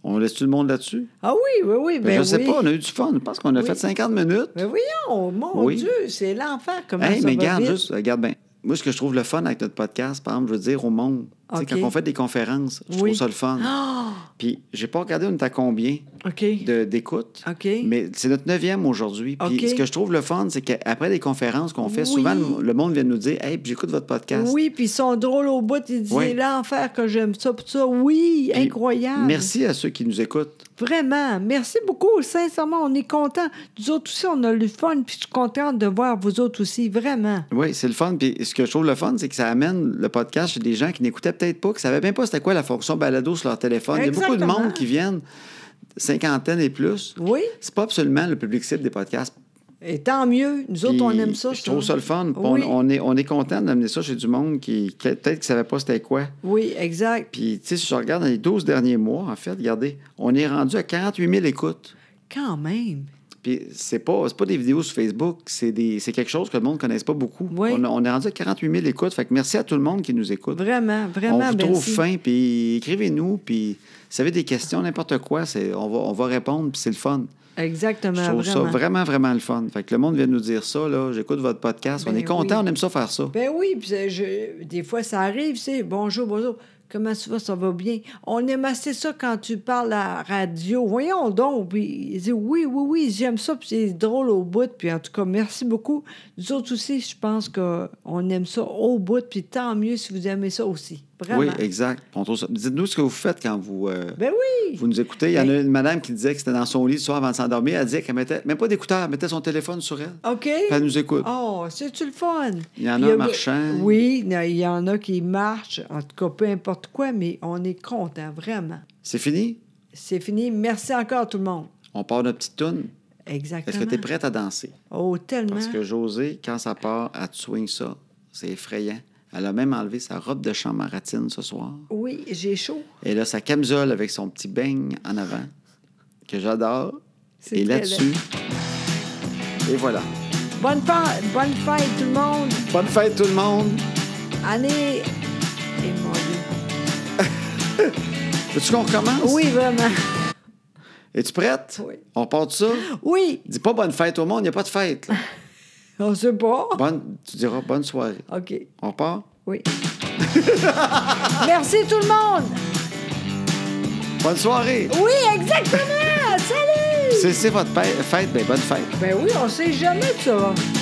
B: On laisse tout le monde là-dessus?
A: Ah oui, oui, oui.
B: Ben,
A: Ben
B: je sais
A: oui.
B: pas, on a eu du fun. Je pense qu'on a
A: Oui.
B: fait 50 minutes.
A: Mais voyons, mon
B: Oui.
A: Dieu, c'est l'enfer. Comment
B: Hey,
A: ça
B: mais
A: va
B: regarde,
A: vite.
B: juste, regarde bien. Moi, ce que je trouve le fun avec notre podcast, par exemple, je veux dire au monde, tu sais,
A: OK.
B: quand on fait des conférences, je
A: Oui.
B: trouve ça le fun.
A: Ah!
B: Puis, j'ai pas regardé, on est à combien
A: OK.
B: de- d'écoutes.
A: OK.
B: Mais c'est notre neuvième aujourd'hui. Puis,
A: OK.
B: ce que je trouve le fun, c'est qu'après les conférences qu'on fait,
A: Oui.
B: souvent, le le monde vient nous dire Hey, puis j'écoute votre podcast.
A: Oui, puis ils sont drôles au bout. Ils disent
B: Oui.
A: l'enfer que j'aime ça, puis ça. Oui,
B: Puis,
A: incroyable.
B: Merci à ceux qui nous écoutent.
A: Vraiment, merci beaucoup. Sincèrement, on est contents. Nous autres aussi, on a le fun, puis je suis contente de voir vous autres aussi, vraiment.
B: Oui, c'est le fun. Puis ce que je trouve le fun, c'est que ça amène le podcast chez des gens qui n'écoutaient peut-être pas, qui ne savaient même pas c'était quoi la fonction balado sur leur téléphone. Il y a beaucoup de
A: Exactement.
B: monde qui viennent, cinquantaine et plus.
A: Oui,
B: C'est pas absolument le public cible des podcasts.
A: et tant mieux. Nous autres,
B: Puis,
A: on aime ça.
B: Je trouve ça le fun. Puis
A: Oui.
B: On, on est, on est content d'amener ça chez du monde qui, qui- peut-être qui ne savait pas c'était quoi.
A: Oui, exact.
B: Puis, tu sais, si je regarde dans les 12 derniers mois, en fait, regardez, on est rendu à 48 000 écoutes.
A: Quand même.
B: Puis, c'est pas, c'est pas des vidéos sur Facebook, c'est, des, c'est quelque chose que le monde ne connaisse pas beaucoup.
A: Oui.
B: On, a- on est rendu à 48 000 écoutes. Fait que merci à tout le monde qui nous écoute.
A: Vraiment, vraiment. ben,
B: on vous
A: merci.
B: trouve fin, puis écrivez-nous, puis si vous avez des questions, n'importe quoi, c'est, on, va, on va répondre, puis c'est le fun.
A: Exactement,
B: Je trouve
A: Ben, vraiment.
B: ça vraiment, vraiment le fun. Fait que le monde vient nous dire ça, là, j'écoute votre podcast,
A: Ben
B: on est content,
A: oui.
B: on aime ça faire ça.
A: Ben oui, puis c'est- je- des fois ça arrive, c'est bonjour, bonjour. Comment tu vas? Ça va bien. On aime assez ça quand tu parles à la radio. Voyons donc. Puis il dit oui, oui, oui, j'aime ça. Puis c'est drôle au bout. Puis en tout cas, merci beaucoup. Nous autres aussi, je pense qu'on aime ça au bout. Puis tant mieux si vous aimez ça aussi. Vraiment.
B: Oui, exact. On trouve ça- Dites-nous ce que vous faites quand vous, euh,
A: ben oui. Ben-
B: vous nous écoutez. Il y en a une madame qui disait que c'était dans son lit le soir avant de s'endormir. Elle disait qu'elle mettait même pas d'écouteur, elle mettait son téléphone sur elle.
A: OK.
B: Puis elle nous écoute.
A: Oh, c'est-tu le fun?
B: Il y en
A: Puis
B: a marchant.
A: Oui, il y en a qui marchent. En tout cas, peu importe quoi, mais on est content, vraiment.
B: C'est fini?
A: C'est fini. Merci encore tout le monde.
B: On part notre petite toune. Est-ce
A: Exactement.
B: que tu es prête à danser?
A: Oh, tellement.
B: Parce que José, quand ça part, elle te swing ça. C'est effrayant. Elle a même enlevé sa robe de chambre à ratine ce soir.
A: Oui, j'ai chaud.
B: Et là, sa camisole avec son petit beigne en avant, que j'adore.
A: C'est
B: Et
A: très
B: là-dessus. Et voilà.
A: laid. Bonne, fa- bonne fête, tout le monde.
B: Bonne fête, tout le monde!
A: Allez. Et mon Dieu.
B: Veux-tu qu'on recommence?
A: Oui, vraiment.
B: Es-tu prête?
A: Oui.
B: On part de ça?
A: Oui.
B: Dis pas bonne fête au monde, il n'y a pas de
A: [laughs]
B: fête. là.
A: On sait pas.
B: Bonne, tu diras bonne soirée.
A: OK.
B: On part?
A: Oui. [laughs] Merci, tout le monde.
B: Bonne soirée!
A: Oui, exactement. Salut.
B: C'est c'est votre pa- fête, ben bonne fête.
A: Ben oui, on sait jamais de ça.